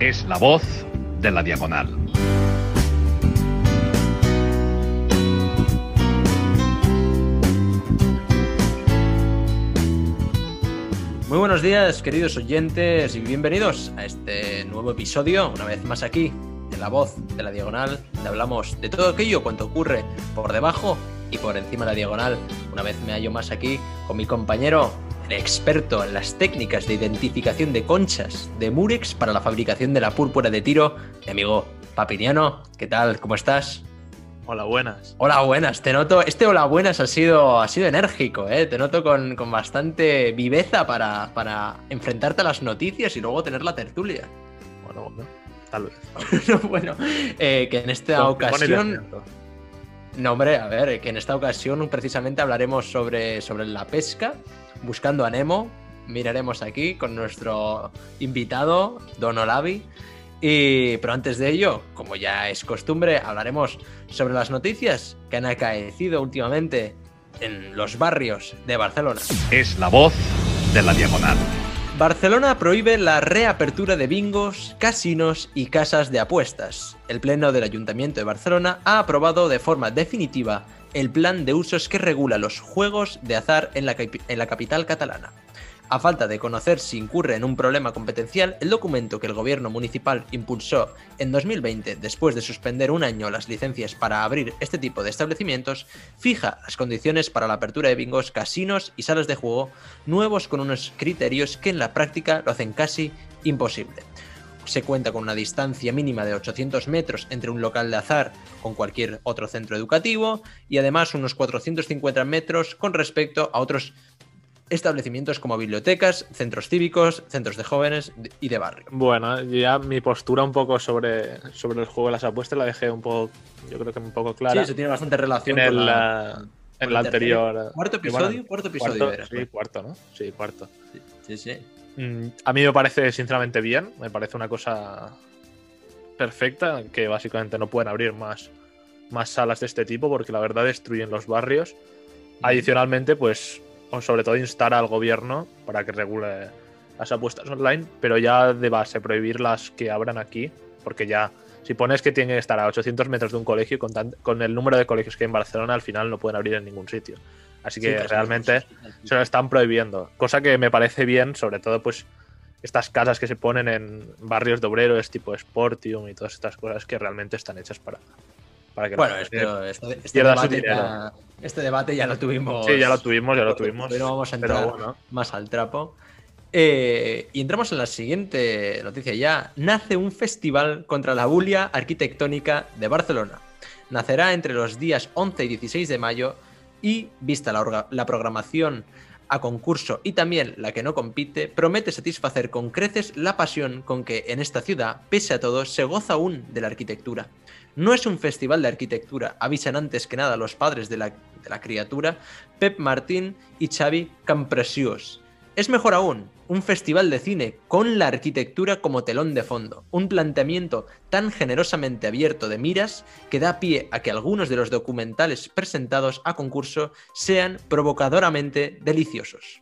es la voz de la diagonal. Muy buenos días, queridos oyentes, y bienvenidos a este nuevo episodio, una vez más aquí, de La Voz de la Diagonal, donde hablamos de todo aquello cuanto ocurre por debajo y por encima de la diagonal. Una vez me hallo más aquí con mi compañero, el experto en las técnicas de identificación de conchas de Murex para la fabricación de la púrpura de tiro, mi amigo Papiniano. ¿Qué tal? ¿Cómo estás? Hola, buenas. Hola, buenas. Te noto. Este hola, buenas ha sido, ha sido enérgico, ¿eh? Te noto con, con bastante viveza para, para enfrentarte a las noticias y luego tener la tertulia. Bueno, bueno, tal vez. bueno, eh, que en esta Con- con el ocasión. acento. No, hombre, a ver, que en esta ocasión precisamente hablaremos sobre, sobre la pesca, buscando a Nemo. Miraremos aquí con nuestro invitado, Don Olavi. Y, pero antes de ello, como ya es costumbre, hablaremos sobre las noticias que han acaecido últimamente en los barrios de Barcelona. Es la voz de la diagonal. Barcelona prohíbe la reapertura de bingos, casinos y casas de apuestas. El Pleno del Ayuntamiento de Barcelona ha aprobado de forma definitiva el plan de usos que regula los juegos de azar en la, capi- en la capital catalana. A falta de conocer si incurre en un problema competencial, el documento que el gobierno municipal impulsó en 2020, después de suspender un año las licencias para abrir este tipo de establecimientos, fija las condiciones para la apertura de bingos, casinos y salas de juego nuevos con unos criterios que en la práctica lo hacen casi imposible. Se cuenta con una distancia mínima de 800 metros entre un local de azar con cualquier otro centro educativo y además unos 450 metros con respecto a otros establecimientos como bibliotecas, centros cívicos, centros de jóvenes y de barrio. Bueno, yo ya mi postura un poco sobre, sobre el juego de las apuestas la dejé un poco, yo creo que un poco clara Sí, eso tiene bastante relación en el, con la- ah, el en el tercer- anterior. ¿Cuarto y bueno, episodio? ¿Cuarto episodio cuarto- era. sí, cuarto, ¿no? Sí, cuarto. Sí, sí. Mm, A mí me parece sinceramente bien, me parece una cosa perfecta, que básicamente no pueden abrir más, más salas de este tipo porque la verdad destruyen los barrios. Adicionalmente, pues, o sobre todo instar al gobierno para que regule las apuestas online, pero ya de base prohibir las que abran aquí, porque ya, si pones que tienen que estar a 800 metros de un colegio, con, tan- con el número de colegios que hay en Barcelona, al final no pueden abrir en ningún sitio. Así que Sí, pues. realmente sí. se lo están prohibiendo. Cosa que me parece bien, sobre todo, pues, estas casas que se ponen en barrios de obreros, tipo Sportium y todas estas cosas que realmente están hechas para, para que la Bueno, gente- esto- este, este Pierda su debate ya, este debate ya lo tuvimos. Sí, ya lo tuvimos, ya lo Pero tuvimos. vamos a pero entrar. bueno. más al trapo. Eh, y entramos en la siguiente noticia ya. Nace un festival contra la bulia arquitectónica de Barcelona. Nacerá entre los días 11 y 16 de mayo y, vista la, orga- la programación a concurso y también la que no compite, promete satisfacer con creces la pasión con que en esta ciudad, pese a todo, se goza aún de la arquitectura. No es un festival de arquitectura, avisan antes que nada los padres de la, de la criatura, Pep Martín y Xavi Campresius. Es mejor aún, un festival de cine con la arquitectura como telón de fondo, un planteamiento tan generosamente abierto de miras que da pie a que algunos de los documentales presentados a concurso sean provocadoramente deliciosos.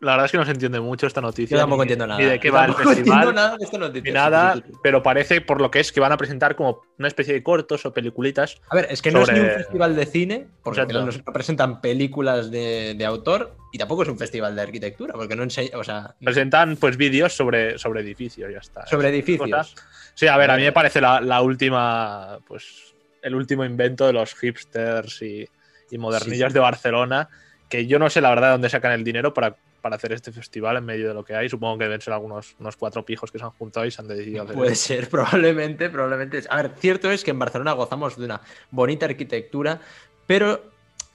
La verdad es que no se entiende mucho esta noticia. Yo tampoco ni- entiendo nada. Ni de qué Yo va el tampoco entiendo festival, nada de esta noticia, ni sí, nada, sí, sí. pero parece, por lo que es, que van a presentar como una especie de cortos o peliculitas. A ver, es que no es ni un sobre- festival de cine, porque Exacto. nos presentan películas de, de autor, y tampoco es un festival de arquitectura, porque no enseña, o sea, Presentan, pues, vídeos sobre, sobre edificios, ya está. sobre edificios. cosas. Sí, a ver, a mí Vale. me parece la, la última, pues, el último invento de los hipsters y, y modernillos de Barcelona, que yo no sé la verdad de dónde sacan el dinero para, para hacer este festival en medio de lo que hay. Supongo que deben ser algunos unos cuatro pijos que se han juntado y eh. se han decidido hacer Puede esto. ser, probablemente, probablemente. es. A ver, cierto es que en Barcelona gozamos de una bonita arquitectura, pero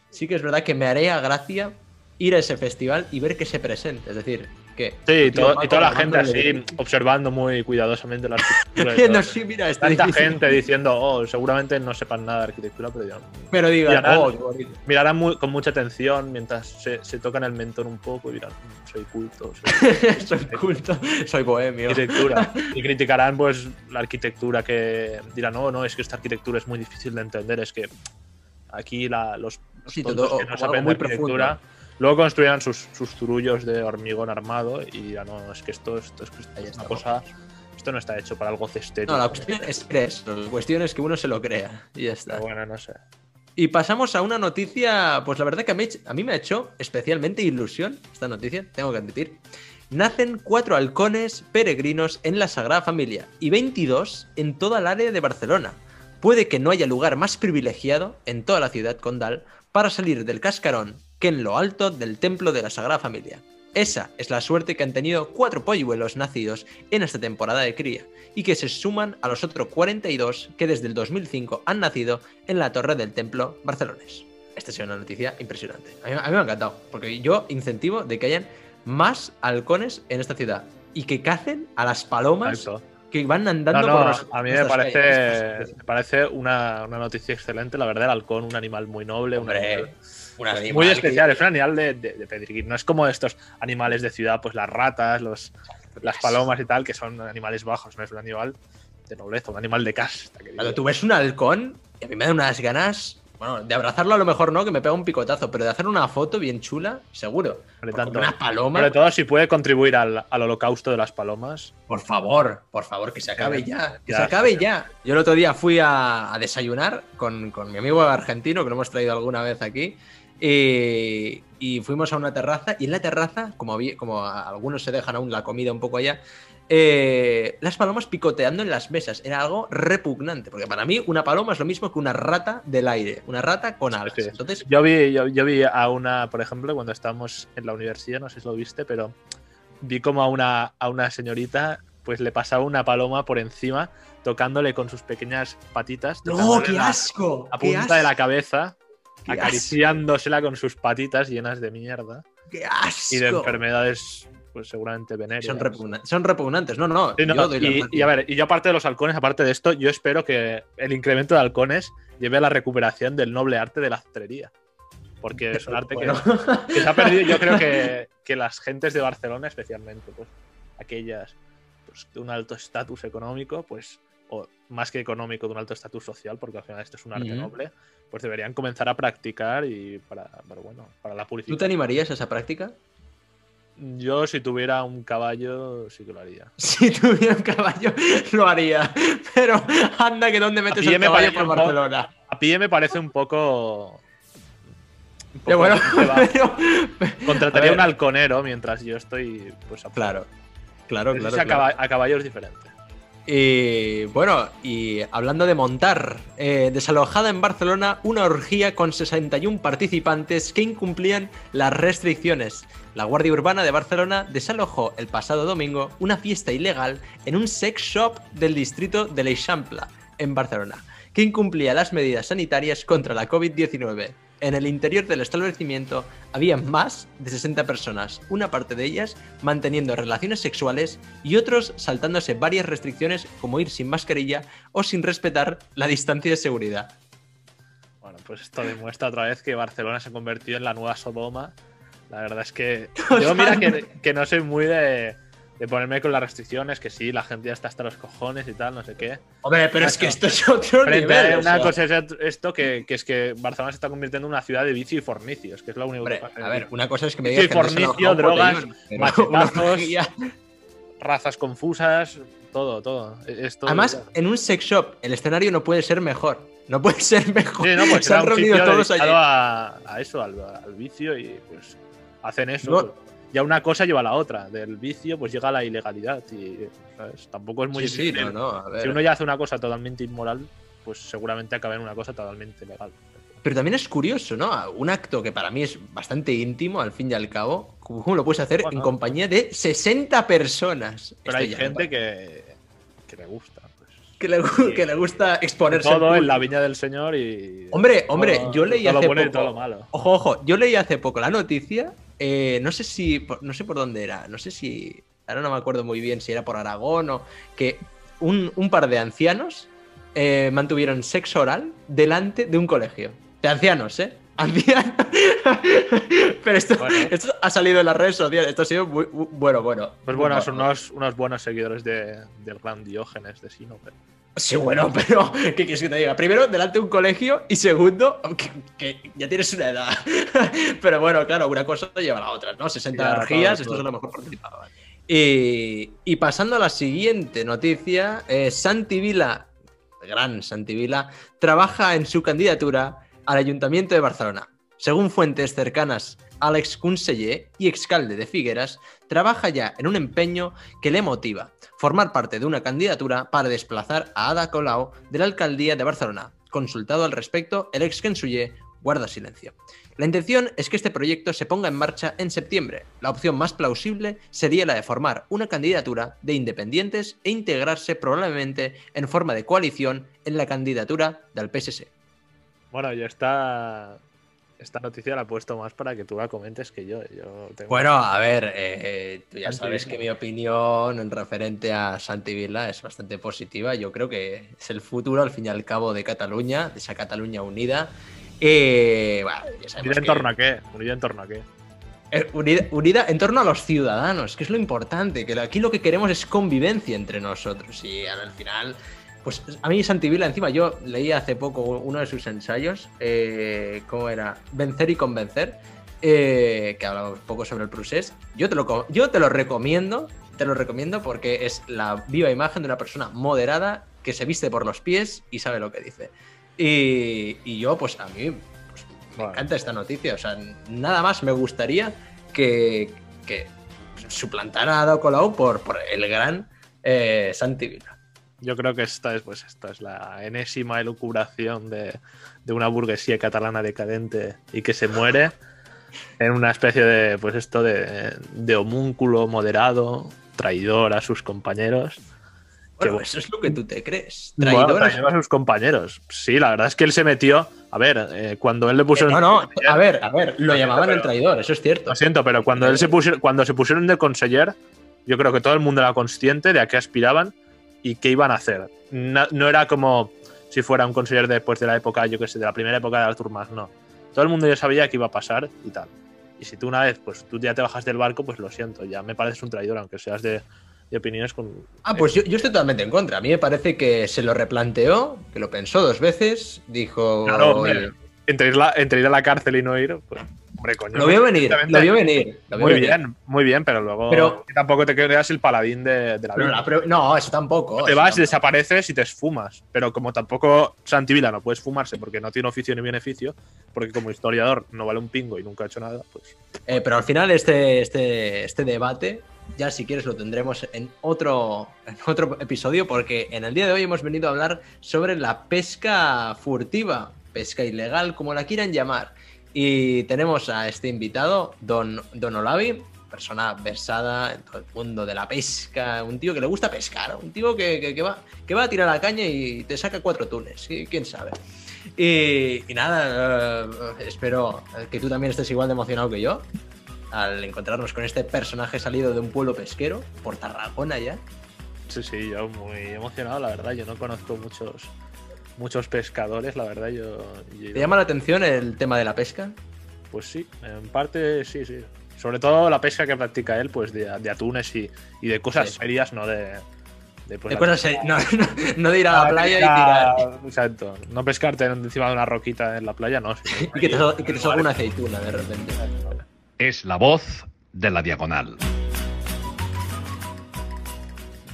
sí que es verdad que me haría gracia ir a ese festival y ver que se presente. Es decir, que. Sí, y, tío todo- va y toda la gente programando el así, edificio. observando muy cuidadosamente la arquitectura. y Viendo, todo. sí, mira, este Tanta edificio. gente diciendo, oh, seguramente no sepan nada de arquitectura, pero ya Pero diga, Ya, oh, nada. qué bonito. mirarán muy- con mucha atención mientras se, se tocan el mentón un poco y dirán, "Mm, soy culto, soy soy culto, soy bohemio. arquitectura. Y criticarán pues la arquitectura que dirán, no, no, es que esta arquitectura es muy difícil de entender, es que aquí la, los, los Sí, tontos todo que no como saben algo de muy arquitectura luego construirán sus, sus zurullos de hormigón armado y dirán, no, es que esto, esto, es que esto Ahí es una estamos. cosa, esto esto no está hecho para algo cestero. No, la cuestión es creerse, La cuestión es que uno se lo crea. Y ya está. Pero bueno, no sé. Y pasamos a una noticia, pues la verdad que a mí, a mí me ha hecho especialmente ilusión esta noticia, tengo que admitir. Nacen cuatro halcones peregrinos en la Sagrada Familia y 22 en toda el área de Barcelona. Puede que no haya lugar más privilegiado en toda la ciudad condal para salir del cascarón que en lo alto del templo de la Sagrada Familia. Esa es la suerte que han tenido cuatro polluelos nacidos en esta temporada de cría y que se suman a los otros 42 que desde el 2005 han nacido en la Torre del Templo barcelonés. Esta ha sido una noticia impresionante. A mí, a mí me ha encantado, porque yo incentivo de que hayan más halcones en esta ciudad y que cacen a las palomas Exacto. que van No, andando no, por las- a mí me nuestras parece, calles. me parece una, una noticia excelente, la verdad, el halcón, un animal muy noble, un Hombre, animal un animal Pues muy que- especial, es un animal de, de, de pedigrí. No es como estos animales de ciudad, pues las ratas, los, las palomas y tal, que son animales bajos, no es un animal de nobleza, un animal de casta. que Cuando digo. tú ves un halcón, a mí me dan unas ganas, bueno, de abrazarlo a lo mejor no, que me pega un picotazo, pero de hacer una foto bien chula, seguro. Hombre, Porque tanto. una paloma, Sobre todo si puede contribuir al, al holocausto de las palomas. por favor, por favor, que se acabe ya, que Ya, se acabe sí. ya. Yo el otro día fui a, a desayunar con, con mi amigo argentino, que lo hemos traído alguna vez aquí, eh, y fuimos a una terraza, y en la terraza, como, había- como a- algunos se dejan aún la comida un poco allá, eh, las palomas picoteando en las mesas. Era algo repugnante, porque para mí una paloma es lo mismo que una rata del aire, una rata con alas. sí. Entonces, Yo vi, yo, yo vi a una, por ejemplo, cuando estábamos en la universidad, no sé si lo viste, pero vi como a una, a una señorita pues le pasaba una paloma por encima tocándole con sus pequeñas patitas. ¡no, tocándole ¡Oh, qué la- asco! A qué punta de la asco, cabeza, qué asco, acariciándosela con sus patitas llenas de mierda ¡Qué asco! y de enfermedades, pues seguramente venéreas. Son, repugna- son repugnantes. No, no. Sí, no, yo doy la y, razón. y a ver, y yo aparte de los halcones, aparte de esto, yo espero que el incremento de halcones lleve a la recuperación del noble arte de la actrería. Porque es un arte que, Bueno. que se ha perdido, yo creo que, que las gentes de Barcelona, especialmente, pues aquellas pues, de un alto estatus económico, pues, o más que económico, de un alto estatus social, porque al final esto es un arte Ujú. noble, pues deberían comenzar a practicar y para, para, bueno, para la ¿Tú te purificación. animarías a esa práctica? Yo, si tuviera un caballo, sí que lo haría. Si tuviera un caballo, lo haría. Pero anda que dónde metes A mí el me caballo parece por un poco- Barcelona. A pie me parece un poco. un Pero poco bueno, que va. pero- Contrataría A ver. un halconero mientras yo estoy. Pues a- Claro, claro, no claro. sé si a, claro. caba- a caballo es diferente. Y bueno, y hablando de montar, eh, desalojada en Barcelona una orgía con 61 participantes que incumplían las restricciones. La Guardia Urbana de Barcelona desalojó el pasado domingo una fiesta ilegal en un sex shop del distrito de l'Eixample, en Barcelona, que incumplía las medidas sanitarias contra la COVID-19. En el interior del establecimiento había más de 60 personas, una parte de ellas manteniendo relaciones sexuales y otros saltándose varias restricciones como ir sin mascarilla o sin respetar la distancia de seguridad. Bueno, pues esto demuestra otra vez que Barcelona se ha convertido en la nueva Sodoma. La verdad es que. Yo, mira, que, que no soy muy de, de ponerme con las restricciones, que sí, la gente ya está hasta los cojones y tal, no sé qué. Hombre, pero es que esto es otro Frente a una cosa es esto, que, que es que Barcelona se está convirtiendo en una ciudad de vicio y fornicios, que es lo único que pasa. en a el ver, una cosa es que me Sí, digas que han fornicio, desalojado un drogas, botellón, pero machetazos. una orgía- razas confusas, todo, todo. E-, Es todo Además, en un sex shop el escenario no puede ser mejor. No puede ser mejor. sí, no, pues Se era han un reunido sitio todos allí. dedicado a, a eso, al, al vicio, y pues hacen eso. No. pues, ya una cosa lleva a la otra. Del vicio, pues llega a la ilegalidad. Y ¿sabes? tampoco es muy Sí, sí, difícil. no, no, a ver. Si uno ya hace una cosa totalmente inmoral, pues seguramente acaba en una cosa totalmente legal. Pero también es curioso, ¿no? Un acto que para mí es bastante íntimo, al fin y al cabo, ¿cómo lo puedes hacer en Bueno. compañía de 60 personas? Pero Esto hay ya me gente que, que le gusta. pues. que le, gu- que le gusta exponerse. en todo en la público. viña del señor y. Hombre, hombre, todo- yo leí todo hace lo bueno y poco- todo lo malo. Ojo, ojo, yo leí hace poco la noticia, eh, no sé si, por- no sé por dónde era, no sé si, ahora no me acuerdo muy bien si era por Aragón o que un, un par de ancianos eh, mantuvieron sexo oral delante de un colegio. De ancianos, ¿eh? Ancianos. Pero esto, Bueno. esto ha salido en las redes sociales, esto ha sido muy, muy- bueno, bueno. Pues bueno, Muy son unos, unos buenos seguidores de, del gran Diógenes de Sinope. Sí, bueno, pero ¿qué quieres que te diga? Primero, delante de un colegio y segundo, que, que ya tienes una edad. pero bueno, claro, una cosa lleva a la otra, ¿no? 60 Ya, orgías, todo, estos todo. a lo mejor participaban. Y, y pasando a la siguiente noticia, eh, Santi Vila, gran Santi Vila, trabaja en su candidatura al Ayuntamiento de Barcelona. Según fuentes cercanas, Alex Conseller y exalcalde de Figueras trabaja ya en un empeño que le motiva formar parte de una candidatura para desplazar a Ada Colau de la alcaldía de Barcelona. Consultado al respecto, el ex Conseller guarda silencio. La intención es que este proyecto se ponga en marcha en septiembre. La opción más plausible sería la de formar una candidatura de independientes e integrarse probablemente en forma de coalición en la candidatura del PSC. Bueno, yo esta, esta noticia la he puesto más para que tú la comentes que yo. eh. yo tengo- Bueno, a ver, eh, tú ya Santi sabes Vila. que mi opinión en referente a Santi Vila es bastante positiva. Yo creo que es el futuro, al fin y al cabo, de Cataluña, de esa Cataluña unida. Eh, bueno, ya ¿Unida sabemos en que- torno a qué? ¿Unida en torno a qué? Eh, Unida, unida en torno a los ciudadanos, que es lo importante, que aquí lo que queremos es convivencia entre nosotros. Y al al final, pues a mí Santi Vila, encima yo leí hace poco uno de sus ensayos, eh, ¿cómo era? Vencer y convencer, eh, que hablaba un poco sobre el procés. Yo te, lo, co- yo te lo recomiendo, te lo recomiendo porque es la viva imagen de una persona moderada que se viste por los pies y sabe lo que dice. Y, y yo, pues a mí pues, me Bueno. encanta esta noticia. O sea, nada más me gustaría que, que suplantara a Ada Colau por, por el gran eh, Santi Vila. Yo creo que esta es, pues, esta es la enésima elucubración de, de una burguesía catalana decadente y que se muere en una especie de, pues esto de, de homúnculo moderado, traidor a sus compañeros. Qué Bueno, bueno. eso es lo que tú te crees. Bueno, Traidor. traidor a sus compañeros. Sí, la verdad es que él se metió. A ver, eh, cuando él le puso. no, en- no, a ver, a ver, lo llamaban el pero- traidor, eso es cierto. Lo siento, pero cuando él se pusieron, cuando se pusieron de conseller, yo creo que todo el mundo era consciente de a qué aspiraban y qué iban a hacer. No, no era como si fuera un conseller después de la época, yo qué sé, de la primera época de Artur Mas, no. Todo el mundo ya sabía qué iba a pasar y tal. Y si tú una vez, pues tú ya te bajas del barco, pues lo siento, ya me pareces un traidor, aunque seas de, de opiniones con... Ah, pues yo, yo estoy totalmente en contra. A mí me parece que se lo replanteó, que lo pensó dos veces, dijo. Claro, hombre. Entre ir, la- entre ir a la cárcel y no ir, pues, hombre, coño. Lo vio venir, lo vio venir. lo vio Muy venir. bien, muy bien, pero luego Pero- tampoco te creas el paladín de, de la Pero vida. la pre- no, eso tampoco. te eso vas, tampoco. desapareces y te esfumas. Pero como tampoco Santi Vila no puedes fumarse porque no tiene oficio ni beneficio, porque como historiador no vale un pingo y nunca ha hecho nada, pues. Eh, pero al final este, este, este debate, ya si quieres lo tendremos en otro, en otro episodio, porque en el día de hoy hemos venido a hablar sobre la pesca furtiva, pesca ilegal, como la quieran llamar. Y tenemos a este invitado, Don, Don Olavi, persona versada en todo el mundo de la pesca, un tío que le gusta pescar, un tío que, que- que va, que va a tirar la caña y te saca cuatro tunes, y quién sabe. Y, y nada, eh, espero que tú también estés igual de emocionado que yo al encontrarnos con este personaje salido de un pueblo pesquero, por Tarragona ya. Sí, sí, yo muy emocionado, la verdad. Yo no conozco muchos muchos pescadores, la verdad. Yo, yo- ¿Te llama la atención el tema de la pesca? Pues sí, en parte sí, sí. Sobre todo la pesca que practica él, pues de, de atunes y, y de cosas Sí. serias, no de. De, pues, De la- cosas seri- no, no, no de ir a la playa y tirar. Exacto. No pescarte encima de una roquita en la playa, no. sino- Y que te, sal- y que te salga una aceituna de repente. Es la voz de la diagonal.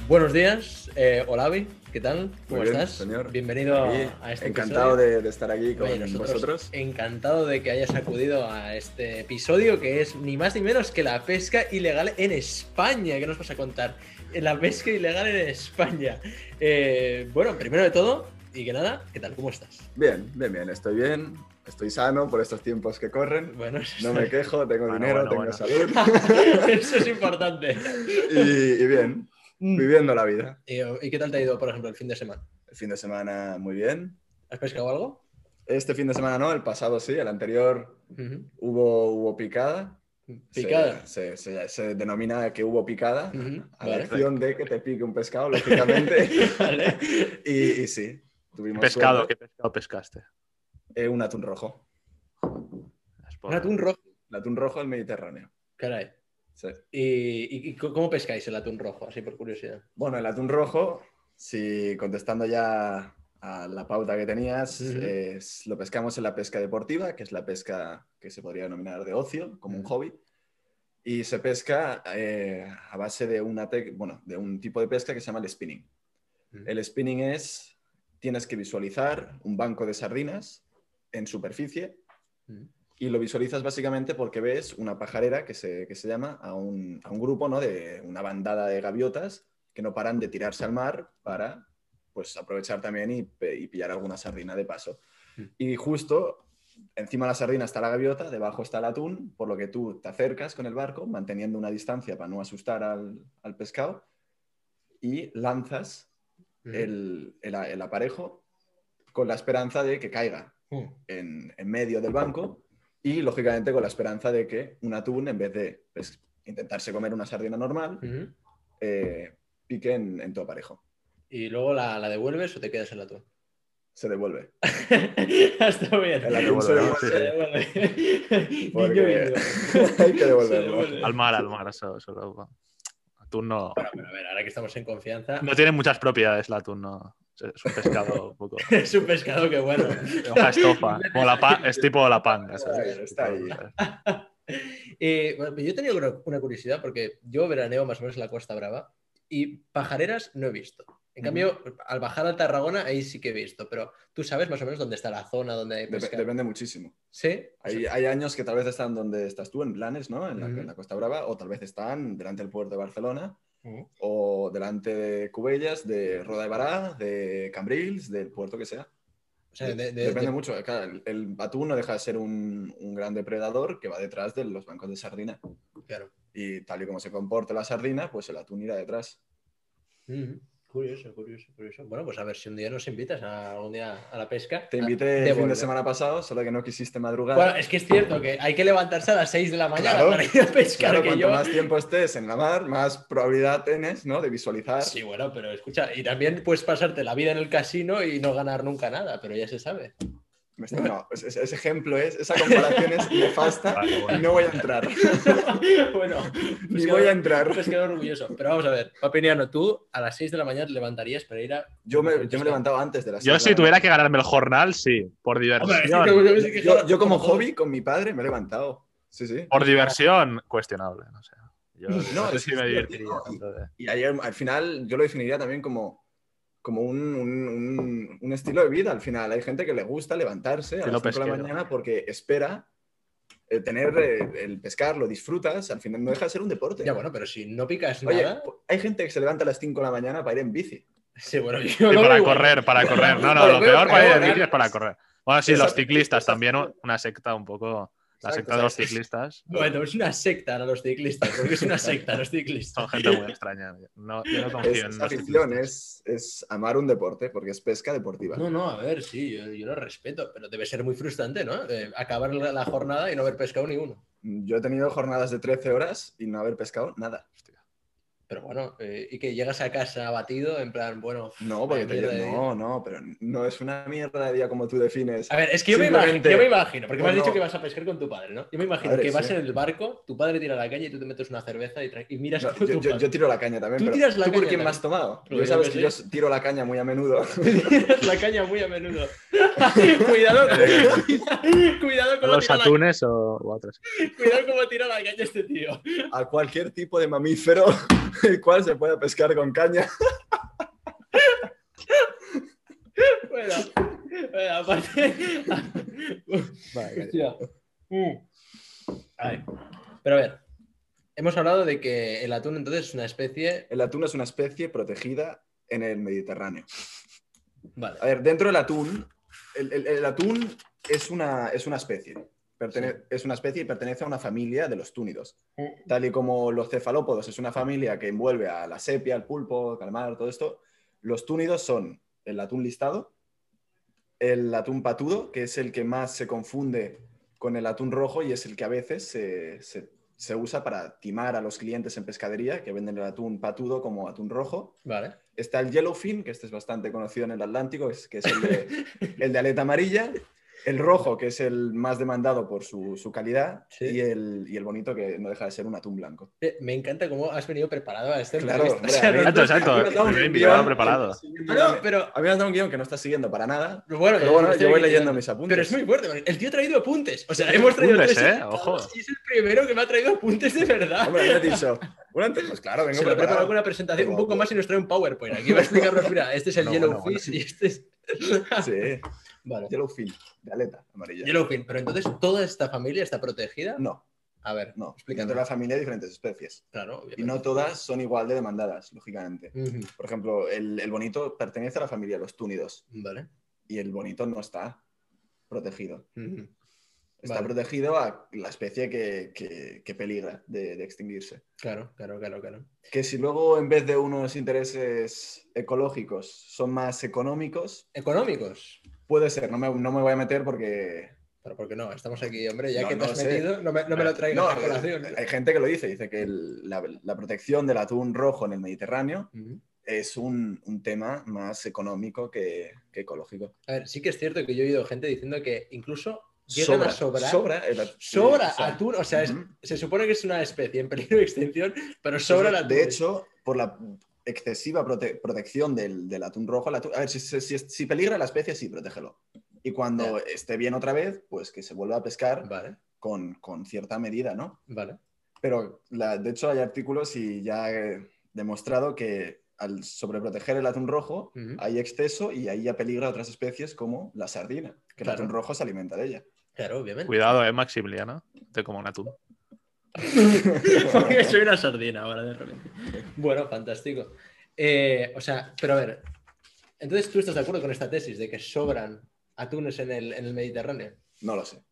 Buenos días, eh, Olavi, ¿qué tal? ¿Cómo Muy bien, estás? señor. Bienvenido Sí, a este encantado episodio. de, de estar aquí con Oye, nosotros vosotros. Encantado de que hayas acudido a este episodio que es ni más ni menos que la pesca ilegal en España. ¿Qué nos vas a contar? La pesca ilegal en España. Eh, bueno, primero de todo, y que nada, ¿qué tal? ¿Cómo estás? Bien, bien, bien, estoy bien, estoy sano por estos tiempos que corren. Bueno, No me quejo, tengo Bueno, dinero, bueno, tengo bueno. salud eso es importante. y, y bien, viviendo la vida. Eh, ¿Y qué tal te ha ido, por ejemplo, el fin de semana? El fin de semana muy bien. ¿Has pescado algo? Este fin de semana no, el pasado sí, el anterior Ujú. hubo, hubo picada. Se- ¿Picada? Se, se- se denomina que hubo picada Ujú, a la vale. acción de que te pique un pescado, lógicamente. Vale. y, y sí, tuvimos Pescado, suerte. ¿qué pescado pescaste? Eh, un atún rojo. Es por- Un atún rojo. El atún rojo del Mediterráneo. Caray. Sí. Eh, ¿Y, y cómo pescáis el atún rojo? Así por curiosidad. Bueno, el atún rojo, si contestando ya a la pauta que tenías, Ujú. es- lo pescamos en la pesca deportiva, que es la pesca que se podría denominar de ocio, como un Ujú. hobby. y se pesca eh, a base de, una tec- bueno, de un tipo de pesca que se llama el spinning. Mm. El spinning es, tienes que visualizar un banco de sardinas en superficie Mm. y lo visualizas básicamente porque ves una pajarera que se, que se llama a un, a un grupo ¿no? de una bandada de gaviotas que no paran de tirarse al mar para pues, aprovechar también y, pe- y pillar alguna sardina de paso. Mm. Y justo encima de la sardina está la gaviota, debajo está el atún, por lo que tú te acercas con el barco manteniendo una distancia para no asustar al, al pescado y lanzas Hmm. el, el a- el aparejo con la esperanza de que caiga en, en medio del banco y, lógicamente, con la esperanza de que un atún, en vez de pues, intentarse comer una sardina normal, Ujú. eh, pique en, en tu aparejo. ¿Y luego la, la devuelves o te quedas en la atún? Se devuelve. Está bien. El La atún se devuelve, devuelve. sí, Se devuelve. Porque- Guiño, guiño. Hay que devolverlo. Se devuelve. Al mar, al mar, eso, eso lo- Atún no. Bueno, pero a ver, ahora que estamos en confianza, No tiene muchas propiedades el atún, no. Es un pescado un poco. es un pescado que bueno. de Hoja estofa. Como la pa- es tipo la panga. ¿sabes? Está ahí, está Eh, bueno, yo tenía una, una curiosidad porque yo veraneo más o menos en la Costa Brava y pajareras no he visto. En Ujú. cambio, al bajar a Tarragona, ahí sí que he visto, pero tú sabes más o menos dónde está la zona donde hay Dep- pesca. depende muchísimo. ¿Sí? Hay, hay años que tal vez están donde estás tú, en Blanes, ¿no? En la, Ujú. en la Costa Brava, o tal vez están delante del puerto de Barcelona, Ujú. o delante de Cubellas, de Roda de Bará, de Cambrils, del puerto que sea. O sea, de- de- Depende de- mucho. claro, el, el atún no deja de ser un, un gran depredador que va detrás de los bancos de sardina. claro. Y tal y como se comporta la sardina, pues el atún irá detrás. Ujú. Curioso, curioso, curioso. Bueno, pues a ver si un día nos invitas a, algún día a la pesca. Te Ah, invité el fin vuelve. de semana pasado, solo que no quisiste madrugar. Bueno, es que es cierto que hay que levantarse a las 6 de la mañana Claro. para ir a pescar. claro, que cuanto yo- más tiempo estés en la mar, más probabilidad tienes ¿no? de visualizar. Sí, bueno, pero escucha, y también puedes pasarte la vida en el casino y no ganar nunca nada, pero ya se sabe. Me está- no, es- es- ese ejemplo es, esa comparación es nefasta Vale, y bueno. no voy a entrar. bueno, Ni voy a entrar. pescador orgulloso. Pero vamos a ver, Papiniano, tú a las 6 de la mañana te levantarías para ir a. Yo me, yo me levantaba antes de las Yo seis de si la mañana. tuviera que ganarme el jornal, sí. Por diversión. Yo, Yo, yo como hobby con mi padre me he levantado. Sí, sí. Por diversión, cuestionable. No sé, Yo No, no sé es- si me es divertiría divertido. tanto de- Y ayer, al final, yo lo definiría también como, como un, un- un- un estilo de vida. Al final, hay gente que le gusta levantarse a Estilo las 5 de la pesquero. mañana porque espera eh, tener eh, el pescar, lo disfrutas. Al final, no deja de ser un deporte. Ya, bueno, pero si no picas Oye, pues, nada. po- hay gente que se levanta a las 5 de la mañana para ir en bici. Sí, bueno, yo Sí, lo para veo igual. correr, para correr. No, no, Pero lo veo peor para ir de correr. bici es para correr. Bueno, sí, los Exacto, ciclistas exacto. también, una secta un poco. La Exacto, secta de o los sea, ciclistas. Bueno, es una secta a los ciclistas, porque es una secta a los ciclistas. Son gente muy extraña. No, yo no confío Es, en es los afición, ¿eh? ciclistas. es, es amar un deporte porque es pesca deportiva. No, no, a ver, sí, yo, yo lo respeto, pero debe ser muy frustrante, ¿no? Eh, acabar la, la jornada y no haber pescado ni uno. Yo he tenido jornadas de 13 horas y no haber pescado nada. Pero bueno, eh, y que llegas a casa abatido, en plan, bueno. No, porque Vaya te- mierda de día. no, no, pero no es una mierda de día como tú defines. A ver, es que yo, me imagino, Simplemente- yo me imagino, porque me has Bueno. dicho que vas a pescar con tu padre, ¿no? Yo me imagino Padre, que vas sí. en el barco, tu padre tira a la calle y tú te metes una cerveza y, tra- y miras No, con yo, tu yo- padre. yo tiro la caña también. Tú pero tiras la ¿Tú por caña quién me has también. tomado? Lo Yo digo sabes que que sí. yo tiro la caña muy a menudo. Tiras la caña muy a menudo. cuidado, cuida- cuidado, ¿A cómo los tira la, atunes o, o a otros? cuidado cómo tira la caña este tío. A cualquier tipo de mamífero el cual se pueda pescar con caña. Bueno, bueno, aparte. Hostia. Uh. Ay. Pero a ver, hemos hablado de que el atún entonces es una especie. El atún es una especie protegida en el Mediterráneo. Vale. A ver, dentro del atún, el, el- el atún es una, es una especie. Pertene- Es una especie y pertenece a una familia de los túnidos. Tal y como los cefalópodos es una familia que envuelve a la sepia, al pulpo, calmar, todo esto, los túnidos son el atún listado, el atún patudo, que es el que más se confunde con el atún rojo y es el que a veces se, se- se usa para timar a los clientes en pescadería que venden el atún patudo como atún rojo. Vale. Está el yellowfin, que este es bastante conocido en el Atlántico, es, que es el de, el de aleta amarilla. El rojo, que es el más demandado por su, su calidad, Sí. y, el, y el bonito, que no deja de ser un atún blanco. Eh, Me encanta cómo has venido preparado a este Claro, entrevista. O hombre, sea, a mí- nosotros- Exacto, aquí nos damos exacto. un Invitado guión. preparado. Ah, no, pero, A mí me has dado un guión que no está siguiendo para nada. pero bueno, Pero bueno, estoy yo voy aquí leyendo mis apuntes. Pero es muy fuerte, porque el tío ha traído apuntes. O sea, hemos traído Apuntes, tres ¿eh? invitados Ojo. Y es el primero que me ha traído apuntes de verdad. Hombre, me he dicho. Bueno, antes, pues claro, vengo Se lo he preparado preparado. con una presentación un Pero- poco más y nos trae un PowerPoint. Aquí va a explicarnos, mira, este es el No, Yellow bueno, bueno. Fish y este es... Sí, Vale. yellowfin, de aleta amarilla. Yellowfin, pero entonces toda esta familia está protegida. No, A ver, no. Explícame. Dentro de la familia hay diferentes especies. claro. Y obviamente. no todas son igual de demandadas, lógicamente. Ujú, Por ejemplo, el, el bonito pertenece a la familia de los túnidos. Vale. Y el bonito no está protegido. Ujú. Está Vale. protegido a la especie que, que- que peligra de- de extinguirse. Claro, claro, claro, claro. Que si luego en vez de unos intereses ecológicos son más económicos, Económicos. puede ser, no me, no me voy a meter porque... Pero porque no, estamos aquí, hombre, ya No, que te no has sé. Ah, metido, no me, no me lo traigas No, eh, a colación. hay gente que lo dice, dice que el- la, la protección del atún rojo en el Mediterráneo Ujú. es un, un tema más económico que, que ecológico. A ver, sí que es cierto que yo he oído gente diciendo que incluso llegan a sobrar. Sobra, el at- sobra sí, sobra. atún, o sea, es- Ujú. se supone que es una especie en peligro de extinción, pero sobra el atún. De hecho, por la excesiva prote- protección del, del atún rojo, el atún- a ver, si, si- si- si peligra la especie, sí, protégelo. Y cuando esté bien otra vez, pues que se vuelva a pescar Vale, con, con cierta medida, ¿no? vale. Pero la- de hecho hay artículos y ya he demostrado que al sobreproteger el atún rojo Ujú. hay exceso y ahí ya peligra otras especies como la sardina, que Claro. el atún rojo se alimenta de ella. Claro, obviamente. Cuidado, eh, Maximiliano. Te como un atún. Porque soy una sardina ahora de repente. Bueno, fantástico. Eh, o sea, pero a ver, entonces tú estás de acuerdo con esta tesis de que sobran atunes en el, en el Mediterráneo. No lo sé.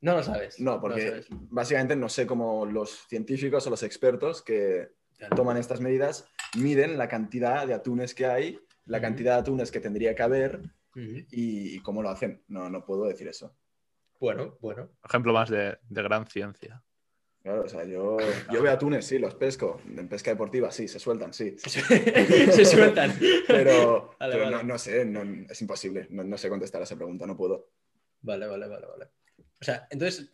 No lo sabes. No, porque lo sabes. básicamente no sé cómo los científicos o los expertos que Claro. toman estas medidas miden la cantidad de atunes que hay, la Ujú. cantidad de atunes que tendría que haber Ujú. y, y cómo lo hacen. No, no puedo decir eso. Bueno, bueno. Ejemplo más de, de gran ciencia. Claro, o sea, yo, yo veo atunes, sí, los pesco. En pesca deportiva, sí, se sueltan, sí. Se sueltan. Pero, Vale, pero vale. No, no sé, no- es imposible. No, no sé contestar a esa pregunta, no puedo. Vale, vale, vale, vale. O sea, entonces,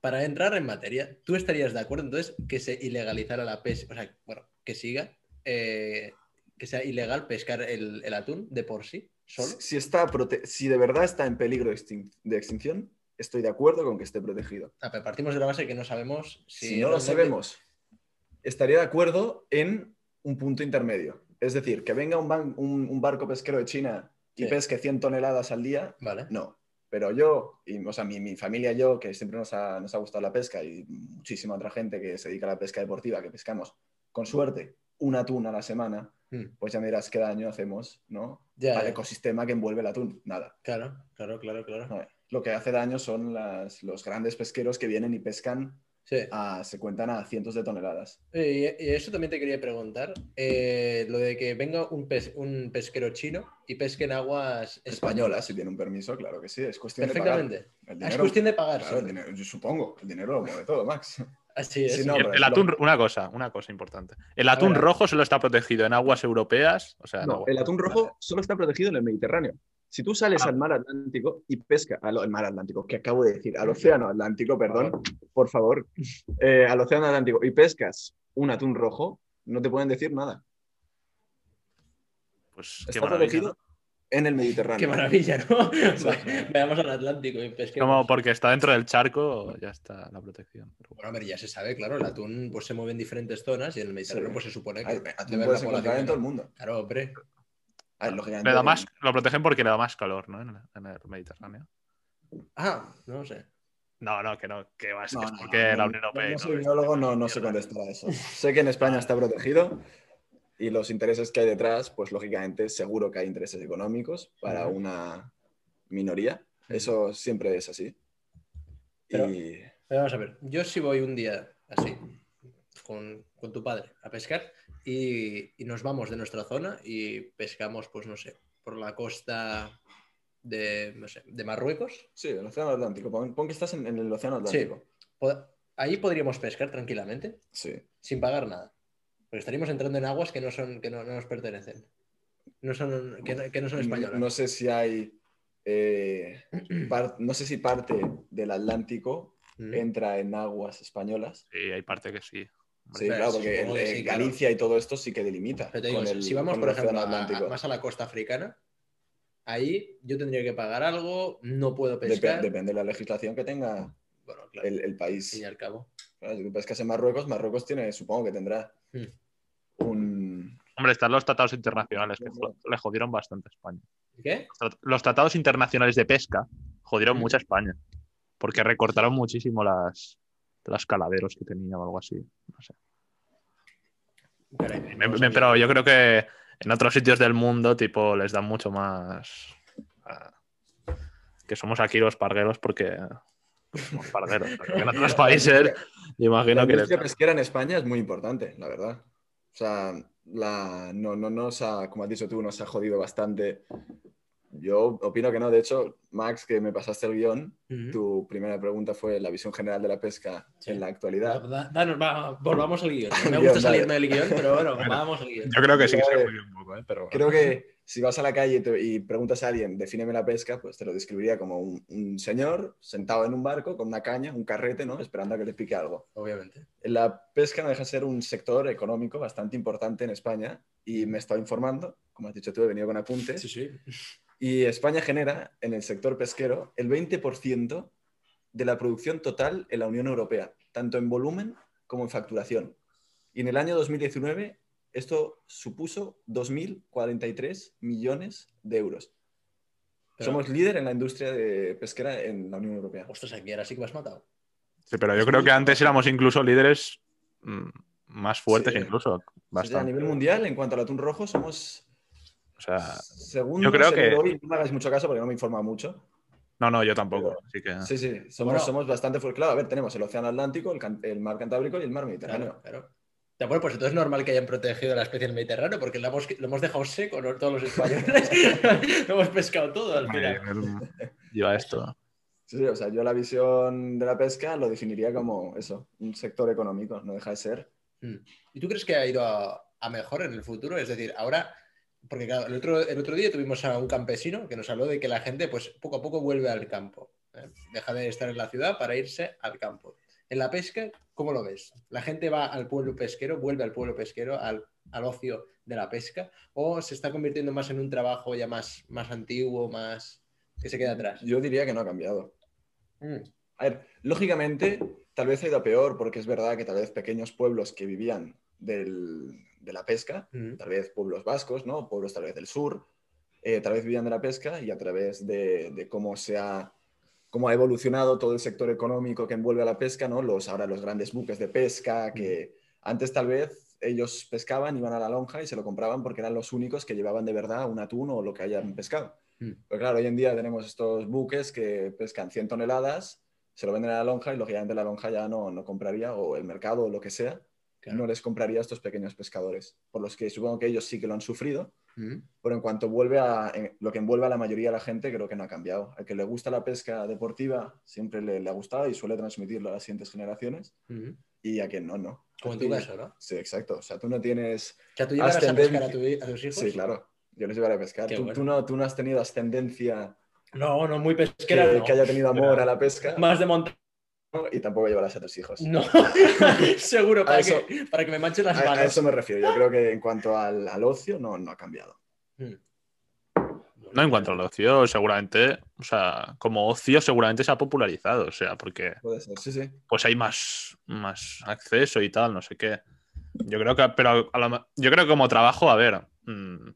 para entrar en materia, ¿tú estarías de acuerdo entonces que se ilegalizara la pesca? O sea, bueno, que siga, eh, que sea ilegal pescar el, el atún de por sí, solo. Si, está prote- si de verdad está en peligro de, extin- de extinción, estoy de acuerdo con que esté protegido. Ah, pero partimos de la base que no sabemos si... Si, no lo realmente- sabemos, estaría de acuerdo en un punto intermedio. Es decir, que venga un, ban- un- un barco pesquero de China y Sí. pesque 100 toneladas al día, Vale. no. Pero yo, y, o sea, mi, mi familia y yo, que siempre nos ha, nos ha gustado la pesca y muchísima otra gente que se dedica a la pesca deportiva, que pescamos con suerte un atún a la semana, Mm, pues ya me dirás qué daño hacemos ¿no? Ya, al ya. ecosistema que envuelve el atún. Nada. Claro, claro, claro, claro. No, eh. Lo que hace daño son las- los grandes pesqueros que vienen y pescan, Sí. a, se cuentan a cientos de toneladas. Y, y eso también te quería preguntar, eh, lo de que venga un, pes- un pesquero chino y pesque en aguas Españolas, españolas. si tienen un permiso, claro que sí. Es cuestión de Perfectamente. pagar. El Ah, Es dinero, cuestión de pagar. claro, solo. el dinero- yo supongo, el dinero lo mueve todo, Max. Así es. Si no, Y pero el, el lo- atún, una cosa, una cosa importante. El atún ver. rojo solo está protegido en aguas europeas. O sea, en No, aguas- el atún rojo solo está protegido en el Mediterráneo. Si tú sales Ah. al mar Atlántico y pesca, al, al mar Atlántico, que acabo de decir, al océano Atlántico, perdón, por favor, eh, al océano Atlántico y pescas un atún rojo, no te pueden decir nada. Pues qué Está maravilla. protegido en el Qué Mediterráneo. maravilla, ¿no? Sí. Ve- Veamos al Atlántico y ¿no? pesquemos. Como porque está dentro del charco, ya está la protección. Pero bueno. Bueno, a ver, ya se sabe, claro, el atún pues, se mueve en diferentes zonas y en el Mediterráneo Sí. pues se supone que Ay, debe atún haber puedes una encontrar población. en todo el mundo. Claro, hombre. A ver, lógicamente, Le da más, lo protegen porque le da más calor, ¿no? En el, en el Mediterráneo. Ah, no sé. No, no, que no, que va, es, No, que es no, porque no, la no, Unión Europea. no y soy todo esto. biólogo, no, no sé contestar a eso. Sé que en Ah. España está protegido y los intereses que hay detrás, pues lógicamente seguro que hay intereses económicos para Ujú. una minoría. Eso siempre es así. Pero- Y Pero vamos a ver, yo si voy un día así con, con tu padre a pescar y, y nos vamos de nuestra zona y pescamos, pues no sé, por la costa de, no sé, de Marruecos, sí, el Océano Atlántico. Pon, pon que estás en, en el Océano Atlántico. pod- ahí podríamos pescar tranquilamente Sí. sin pagar nada. Porque estaríamos entrando en aguas que no son, que no, no nos pertenecen. No son, que, no- que no son No, españolas. no sé si hay eh, par- no sé si parte del Atlántico Mm. entra en aguas españolas. Sí, hay parte que sí. Sí, Pero claro, sí, porque supongo en- que en sí, claro. Galicia y todo esto sí que delimita. Pero te digo, con si- el- si vamos, con por el ejemplo, Océano a- a- Atlántico. más a la costa africana, ahí yo tendría que pagar algo, no puedo Dep- pescar. depende de la legislación que tenga Bueno, claro, el, el al fin país. y al cabo. Claro, Si tú pescas en Marruecos, Marruecos tiene, supongo que tendrá Hmm. un... Hombre, están los tratados internacionales que jo- le jodieron bastante a España. ¿Qué? Los trat- Los tratados internacionales de pesca jodieron Mm. mucho a España. Porque recortaron muchísimo las, las caladeros que tenía o algo así. No sé. Caray, Me- no me- sabía. pero yo creo que en otros sitios del mundo, tipo, les dan mucho más. ah, que somos aquí los pargueros porque. Somos pargueros. Pero que en otros países, La imagino que. les- industria pesquera en España es muy importante, la verdad. O sea, la, no, no nos ha, como has dicho tú, nos ha jodido bastante. Yo opino que no. De hecho, Max, que me pasaste el guión, Ujú. tu primera pregunta fue la visión general de la pesca Hmm. Sí. en la Da- actualidad. da- danos, va, volvamos al guión. No Me Guión, gusta vale. salirme del guión, pero bueno, vamos al guión. Yo creo que sí que Creo se que- jodió un poco, ¿eh? Pero bueno. Creo que si vas a la calle y, te- y preguntas a alguien, defíneme la pesca, pues te lo describiría como un, un señor sentado en un barco con una caña, un carrete, ¿no? Esperando a que le pique algo. Obviamente. La pesca no deja de ser un sector económico bastante importante en España y me he estado informando, como has dicho tú, he venido con apuntes. Sí, sí. Y España genera en el sector pesquero el 20% de la producción total en la Unión Europea, tanto en volumen como en facturación. Y en el año 2019 esto supuso 2.043 millones de euros. Pero- Somos líder en la industria de pesquera en la Unión Europea. Ostras, aquí ahora sí que me has matado. Sí, pero yo creo que antes éramos incluso líderes mm, más fuertes, Sí. incluso. O sea, a Bastante. nivel mundial, en cuanto al atún rojo, somos O sea, segundo. Ah, yo creo según que- hoy. no me hagáis mucho caso porque no me informa mucho. no, no, yo tampoco. Así que. Sí, sí, somos, Bueno. somos bastante fuertes. Claro, a ver, tenemos el Océano Atlántico, el, can- el Mar Cantábrico y el Mar Mediterráneo. Claro, claro. De acuerdo, pues entonces es normal que hayan protegido la especie del Mediterráneo, porque lo hemos, lo hemos dejado seco ¿no? todos los españoles. lo hemos pescado todo al Muy final. bien, él lleva esto. Sí, sí, o sea, yo la visión de la pesca lo definiría como eso, un sector económico, no deja de ser. Mm. ¿Y tú crees que ha ido a, a mejor en el futuro? Es decir, ahora, porque claro, el otro, el otro día tuvimos a un campesino que nos habló de que la gente, pues poco a poco vuelve al campo. ¿eh? Deja de estar en la ciudad para irse al campo. En la pesca, ¿cómo lo ves? ¿La gente va al pueblo pesquero, vuelve al pueblo pesquero, al, al ocio de la pesca? ¿O se está convirtiendo más en un trabajo ya más, más antiguo, más que se queda atrás? Yo diría que no ha cambiado. Mm, A ver, lógicamente, tal vez ha ido a peor, porque es verdad que tal vez pequeños pueblos que vivían del- de la pesca, mm. tal vez pueblos vascos, ¿no? Pueblos tal vez del sur, eh, tal vez vivían de la pesca y a través de, de cómo se ha cómo ha evolucionado todo el sector económico que envuelve a la pesca, ¿no? Los, ahora los grandes buques de pesca que antes tal vez ellos pescaban, iban a la lonja y se lo compraban porque eran los únicos que llevaban de verdad un atún o lo que hayan pescado. Mm. Pero claro, hoy en día tenemos estos buques que pescan 100 toneladas, se lo venden a la lonja y lógicamente la lonja ya no, no compraría o el mercado o lo que sea, Claro. no les compraría a estos pequeños pescadores, por los que supongo que ellos sí que lo han sufrido, Mm. pero en cuanto vuelve a en- lo que envuelve a la mayoría de la gente, creo que no ha cambiado. Al que le gusta la pesca deportiva siempre le, le ha gustado y suele transmitirlo a las siguientes generaciones, Mm. y a quien no, no. Como en tu Sí. caso, ¿no? O Sí, exacto. O sea, tú no tienes. sea, tú llevarás a Ascendencia. pescar a, tu- a tus hijos. Sí, claro. Yo les llevaré a pescar. Pues Qué Tú, bueno. tú no, tú no has tenido ascendencia No, no, muy que, pesquera. no. que haya tenido amor a la pesca Más de montaña. ¿no? y tampoco llevarás a tus hijos. No, seguro, para, A eso- que, para que me manchen las A, manos. a eso me refiero. Yo creo que en cuanto al, al ocio, no, no ha cambiado. No, en cuanto al ocio, seguramente, o sea, como ocio seguramente se ha popularizado, o sea, porque Puede ser. Sí, sí. pues hay más, más acceso y tal, no sé qué. Yo creo que, pero a lo me- yo creo que como trabajo, a ver, mm,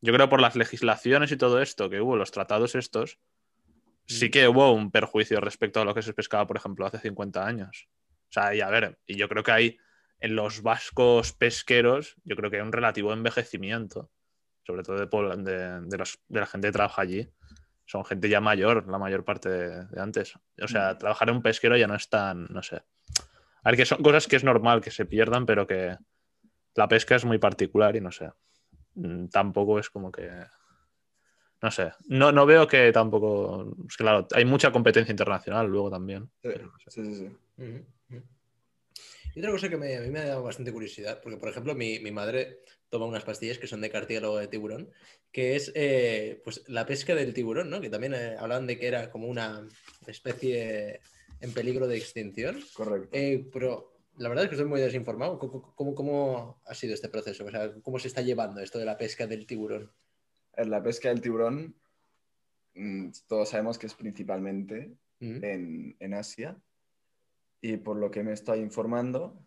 yo creo por las legislaciones y todo esto que hubo, los tratados estos, sí que hubo un perjuicio respecto a lo que se pescaba, por ejemplo, hace 50 años. O sea, y a ver, y yo creo que hay en los vascos pesqueros, yo creo que hay un relativo envejecimiento, sobre todo de, pobl- de- de los- de la gente que trabaja allí. Son gente ya mayor, la mayor parte de, de antes. O sea, trabajar en un pesquero ya no es tan, no sé. A ver, que son cosas que es normal que se pierdan, pero que la pesca es muy particular y no sé. Mm, Tampoco es como que... No sé, no, no veo que tampoco... es que, claro, hay mucha competencia internacional luego también. Sí, Pero, o sea, sí, sí, sí. Ujú, ujú. Y otra cosa que me- a mí me ha dado bastante curiosidad, porque por ejemplo mi, mi madre toma unas pastillas que son de cartílago de tiburón, que es eh, pues, la pesca del tiburón, ¿no? que también eh, hablaban de que era como una especie en peligro de extinción. Correcto. Eh, pero la verdad es que estoy muy desinformado. ¿Cómo, cómo- cómo ha sido este proceso? O sea, ¿Cómo se está llevando esto de la pesca del tiburón? En la pesca del tiburón, mm, todos sabemos que es principalmente ¿Mm? en, en Asia. Y por lo que me estoy informando,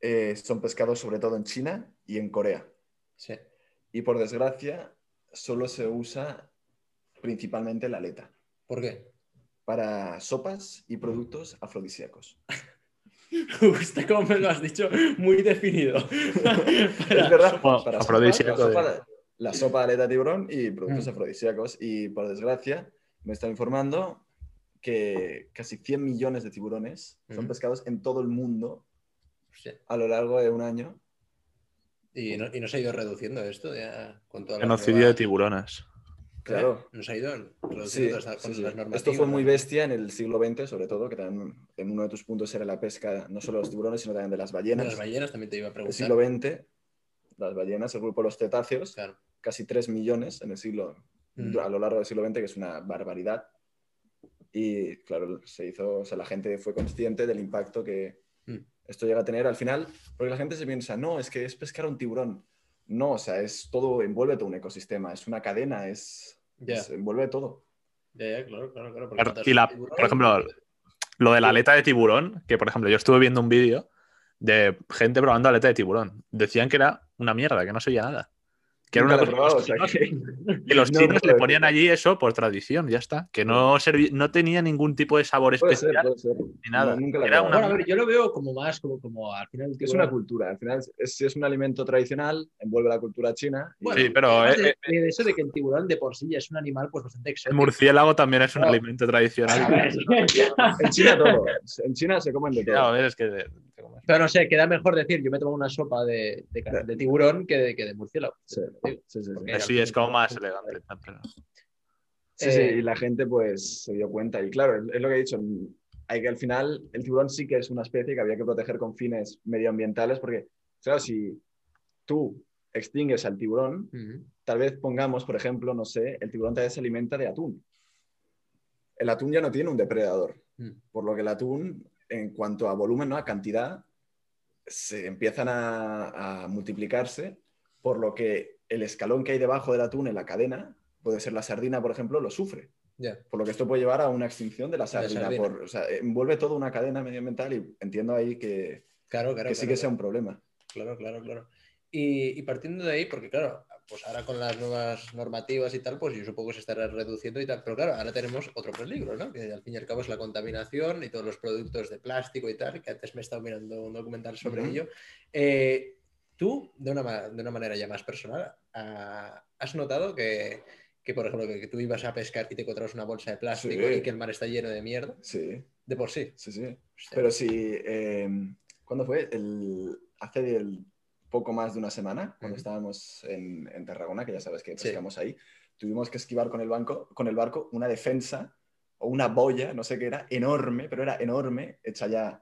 eh, son pescados sobre todo en China y en Corea. Sí. Y por desgracia, solo se usa principalmente la aleta ¿Por qué? para sopas y productos afrodisíacos. Usted, como me lo has dicho, muy definido. Es verdad, Bueno, para afrodisíaco sopas, la, de- sopa, la sopa de aleta de tiburón y productos Mm. afrodisíacos. Y por desgracia, me está informando que casi 100 millones de tiburones son Mm. pescados en todo el mundo Sí. a lo largo de un año. Y, no, y no se ha ido reduciendo esto ya con toda la Genocidio nueva- de tiburones. Claro. Nos ¿Eh? ha ido reduciendo Sí, todas las- sí, con sí. las normativas. Esto fue muy bestia en el siglo XX, sobre todo, que también en uno de tus puntos era la pesca no solo de los tiburones, sino también de las De ballenas. Las ballenas también te iba a el preguntar. siglo XX, las ballenas, el grupo de los cetáceos, Claro. casi 3 millones en el siglo, Mm. a lo largo del siglo XX, que es una barbaridad. Y claro, se hizo, o sea, la gente fue consciente del impacto que Mm. esto llega a tener al final, porque la gente se piensa, no, es que es pescar a un tiburón. No, o sea, es todo, envuelve todo un ecosistema, es una cadena, es, Ya, es- envuelve todo. ya, ya, claro, claro, claro. porque Claro, matas Y la, tiburones, por ejemplo, lo de la aleta de tiburón, que por ejemplo yo estuve viendo un vídeo de gente probando aleta de tiburón. Decían que era una mierda, que no se oía nada. Que era Nunca una lo he cosa- probado, o sea, los que- chinos- que los No, chinos no lo le he ponían probado. allí eso por tradición, ya está. Que no, servi- no tenía ningún tipo de sabor Puede ser, especial puede ser. ni nada. No, nunca lo he Era probado. una Bueno, a ver, yo lo veo como más, como, como al final el Es una tiburón- cultura, al final es, es un alimento tradicional, envuelve la cultura china. y- Bueno, Sí, pero, además eh, de, de eso de que el tiburón de por sí ya es un animal pues bastante El exótico. murciélago también es un Claro. alimento tradicional. En China todo, en China se comen de todo. Cuidado, a ver, es que te- te comes. Pero no sé, queda mejor decir, yo me tomo una sopa de, de ca- de tiburón que de, que de murciélago. Sí, sí, sí, sí. Porque- Así es como más elegante. tal, pero- Sí, sí, y la gente pues se dio cuenta. Y claro, es- es lo que he dicho. Hay que al final, el tiburón sí que es una especie que había que proteger con fines medioambientales, porque, claro, si tú extingues al tiburón, Ujú. tal vez pongamos, por ejemplo, no sé, el tiburón tal vez se alimenta de atún. El atún ya no tiene un depredador, Mm. por lo que el atún, en cuanto a volumen, ¿no? a cantidad, se empiezan a, a multiplicarse, por lo que el escalón que hay debajo del atún en la cadena, puede ser la sardina, por ejemplo, lo sufre. Ya. Por lo que esto puede llevar a una extinción de la sardina. sardina. por- o sea, envuelve toda una cadena medioambiental y entiendo ahí que, Claro, claro. que sí claro, que sea un problema. Claro, claro, claro. Y, y partiendo de ahí, porque claro, pues ahora con las nuevas normativas y tal, pues yo supongo que se estará reduciendo y tal, pero claro, ahora tenemos otro peligro, ¿no? Que al fin y al cabo es la contaminación y todos los productos de plástico y tal, que antes me he estado mirando un documental sobre Ujú. ello. Eh, Tú, de una, ma- de una manera ya más personal, ah, ¿has notado que, que, por ejemplo, que, que tú ibas a pescar y te encontrabas una bolsa de plástico Sí. y que el mar está lleno de mierda? Sí, De por sí. sí, sí. Hostia. Pero sí, eh, ¿cuándo fue? El, hace el- poco más de una semana, cuando Ujú. estábamos en, en Tarragona, que ya sabes que Sí. pescamos ahí, tuvimos que esquivar con el, banco, con el barco una defensa o una boya, no sé qué era, enorme, pero era enorme, hecha ya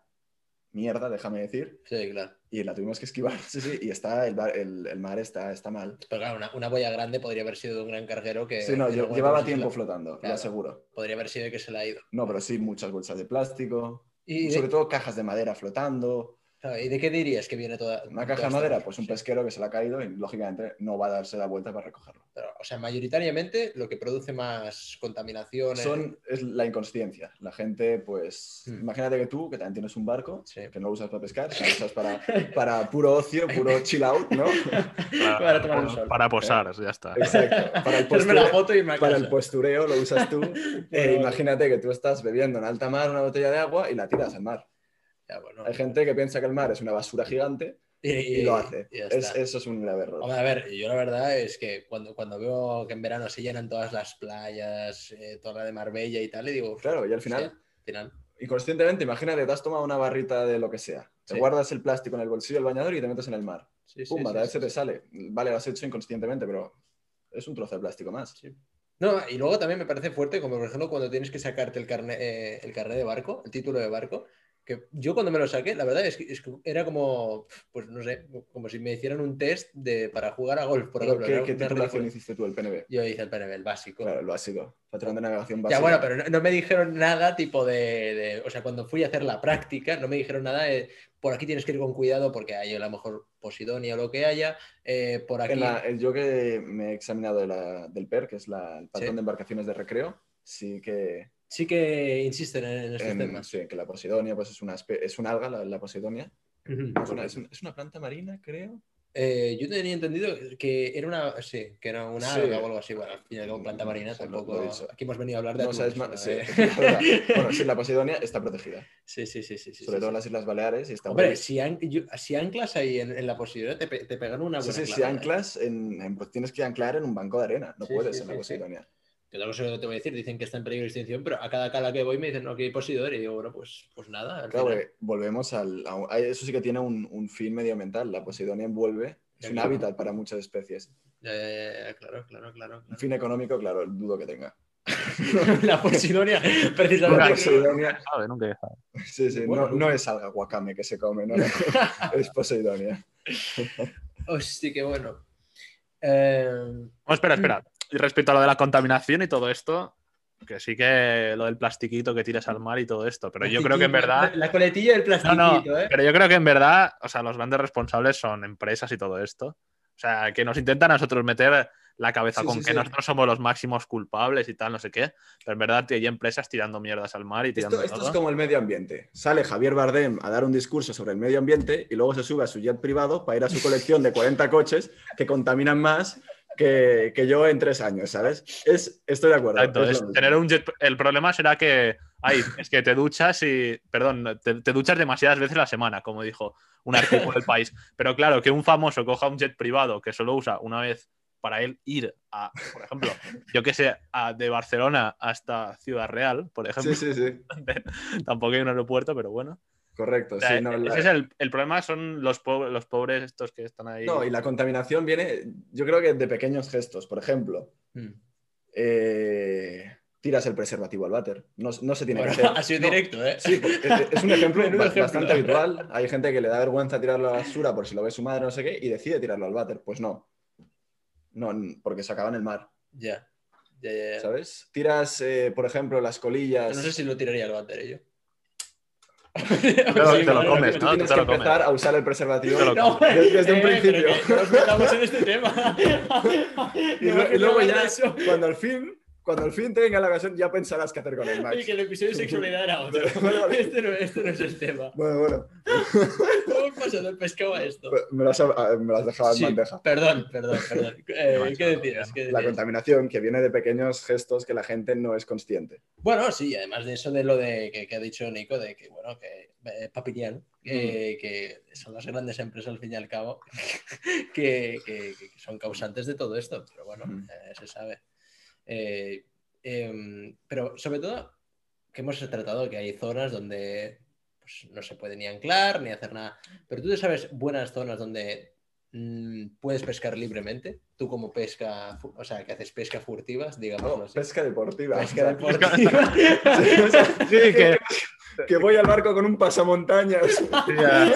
mierda, déjame decir, Sí, claro. y la tuvimos que esquivar, sí, sí, y está, el, bar- el- el mar está, está mal. Pero claro, una, una boya grande podría haber sido de un gran carguero que... Sí, no, que yo- luego llevaba entonces tiempo la- flotando, lo Claro. aseguro. Podría haber sido que se la ha ido. No, pero sí, muchas bolsas de plástico, ¿Y sobre de, todo cajas de madera flotando, claro, ¿y de qué dirías que viene toda? Una caja toda de esta madera, cosa? pues un Sí. pesquero que se le ha caído y lógicamente no va a darse la vuelta para recogerlo. Pero, o sea, mayoritariamente lo que produce más contaminación es- Son, es la inconsciencia. La gente, pues, Hmm. imagínate que tú, que también tienes un barco, Sí. que no lo usas para pescar, sino lo usas para, para puro ocio, puro chill out, ¿no? Para, Para tomar un sol. para posar, ya está. Exacto. Para el Hacerme la postureo, foto y me para el acaso. postureo lo usas tú. Eh, Pero- imagínate que tú estás bebiendo en alta mar una botella de agua y la tiras al mar. Ya, bueno. Hay gente que piensa que el mar es una basura gigante y, y, lo hace. y ya Es- está. eso es un grave error. Hombre, a ver, yo la verdad es que cuando, cuando veo que en verano se llenan todas las playas, eh, toda la de Marbella y tal, y digo, Claro, y al final hostia, al final, inconscientemente, imagínate, te has tomado una barrita de lo que sea. Te Sí. guardas el plástico en el bolsillo del bañador y te metes en el mar. sí, sí, Pumba, sí, tal vez sí, se te sí. sale. Vale, lo has hecho inconscientemente, pero es un trozo de plástico más. Sí. No, y eh, luego también me parece fuerte, como por ejemplo cuando tienes que sacarte el carnet el carné de barco, el título de barco, que yo cuando me lo saqué, la verdad es que, es que era como, pues no sé, como si me hicieran un test de, para jugar a golf, por Pero, ejemplo. ¿Qué, era qué una titulación ridícula. hiciste tú, el PNB? Yo hice el PNB, el básico. Claro, lo ha sido. Patrón de navegación básica. Ya, bueno, pero no, no me dijeron nada tipo de, de- O sea, cuando fui a hacer la práctica, no me dijeron nada de. Por aquí tienes que ir con cuidado porque hay a lo mejor Posidonia o lo que haya. eh, por aquí. En la- el- yo que me he examinado de la- del PER, que es la- el patrón Sí. de embarcaciones de recreo, sí que, Sí que insisten en, en estos em, temas. sí, que la posidonia pues es una, espe- es un alga, la, la posidonia. Ujú. Es una, es un- es una planta marina, creo. Eh, yo tenía entendido que era una. Sí, que era una Sí. alga o algo así. Bueno, al final, como planta Mm, marina, o sea, lo- tampoco. lo he dicho. Aquí hemos venido a hablar de. No, o sea, es atún, ma- sí, ¿eh? es verdad. Bueno, sí, la posidonia está protegida, sí, sí, sí, sí, sí, sobre sí, todo en sí. las Islas Baleares. Y está Hombre, prohibida. si, an- yo- si anclas ahí en, en la posibilidad, te, pe- te pegan una Sí, buena sí, si clavada, ¿eh? anclas, en, en- pues tienes que anclar en un banco de arena, no Sí, puedes sí, en la sí, posidonia. Yo tampoco sé lo que te voy a decir, dicen que está en peligro de extinción, pero a cada cala que voy me dicen, no, aquí hay Posidor, y digo, bueno, pues, pues nada. al Claro, eh. final. porque volvemos al. a- a- eso sí que tiene un, un fin medioambiental. La posidonia envuelve, es un Claro. hábitat para muchas especies. Ya, ya, ya, ya, claro, claro, claro. Un claro. fin económico, claro, dudo que tenga. la Posidonia, La precisamente. Posidonia, Sabe, nunca deja. sí, sí, Bueno, no, no es alga guacame que se come, no, no, es Posidonia. Hostia, qué bueno. Eh, No, espera, espera. Y respecto a lo de la contaminación y todo esto, que sí que lo del plastiquito que tiras al mar y todo esto, pero yo creo que en verdad. La, la coletilla del No, plastiquito, no, ¿eh? pero yo creo que en verdad, o sea, los grandes responsables son empresas y todo esto. O sea, que nos intentan a nosotros meter la cabeza Sí, con sí, que sí. nosotros somos los máximos culpables y tal, no sé qué. Pero en verdad, tío, hay empresas tirando mierdas al mar y tirando Esto, esto todo. es como el medio ambiente. Sale Javier Bardem a dar un discurso sobre el medio ambiente y luego se sube a su jet privado para ir a su colección de 40 coches que contaminan más que, que yo en tres años, ¿sabes? Es, estoy de acuerdo. Exacto, es lo es mismo. tener un jet- El problema será que. Ay, es que te duchas y. Perdón, te, te duchas demasiadas veces a la semana, como dijo un artículo del país. Pero claro, que un famoso coja un jet privado que solo usa una vez para él ir a, por ejemplo, yo que sé, a- de Barcelona hasta Ciudad Real, por ejemplo. Sí, sí, sí. Tampoco hay un aeropuerto, pero bueno. Correcto. O sea, sí, no, la- ese es el, el problema son los, po- los pobres estos que están ahí. no, y la contaminación viene, yo creo que de pequeños gestos. Por ejemplo, Mm. eh, tiras el preservativo al váter. No, no se tiene Bueno, que hacer. ha sido No, directo, ¿eh? Sí, pues, es es un ejemplo Menudo ba- ejemplo. bastante habitual. Hay gente que le da vergüenza tirarlo a la basura por si lo ve su madre, no sé qué, y decide tirarlo al váter. Pues no. No, n- porque se acaba en el mar, Ya, ya, ya. ya. ¿sabes? Tiras, eh, por ejemplo, las colillas. No sé si lo tiraría al váter ¿eh? yo. Claro, Sí, te lo vale, comes, vale. Tú ¿no? tienes te que lo comes. empezar a usar el preservativo Te lo No, desde, desde un eh, principio. pero que Nos metamos en este tema. Y, No, lo- que y luego no ya, hagas eso. cuando al fin, cuando al fin tenga la ocasión, ya pensarás qué hacer con el Y Max. que el episodio de sexualidad era otro. Vale, vale. Este no, este no es el tema. Bueno, bueno, pues ¿Cómo pasa del pescado a esto? me las, ha- me las dejaba en Sí, bandeja. Perdón, perdón, perdón. Eh, No, ¿Qué no, decías? ¿Qué La decías? contaminación que viene de pequeños gestos que la gente no es consciente. Bueno, sí, además de eso de lo de que, que ha dicho Nico, de que, bueno, que eh, Papinian, que- que son las grandes empresas al fin y al cabo, que, que- que son causantes de todo esto, pero bueno, Mm. eh, se sabe. Eh, em, pero sobre todo, que hemos tratado que hay zonas donde pues, no se puede ni anclar, ni hacer nada, pero tú te sabes buenas zonas donde mm, puedes pescar libremente, tú como pesca, fu- o sea, que haces pesca furtivas, digamos. No, pesca deportiva. Oh, Pesca O sea, deportiva. o sea, Sí, que, que voy al barco con un pasamontañas sí, ya-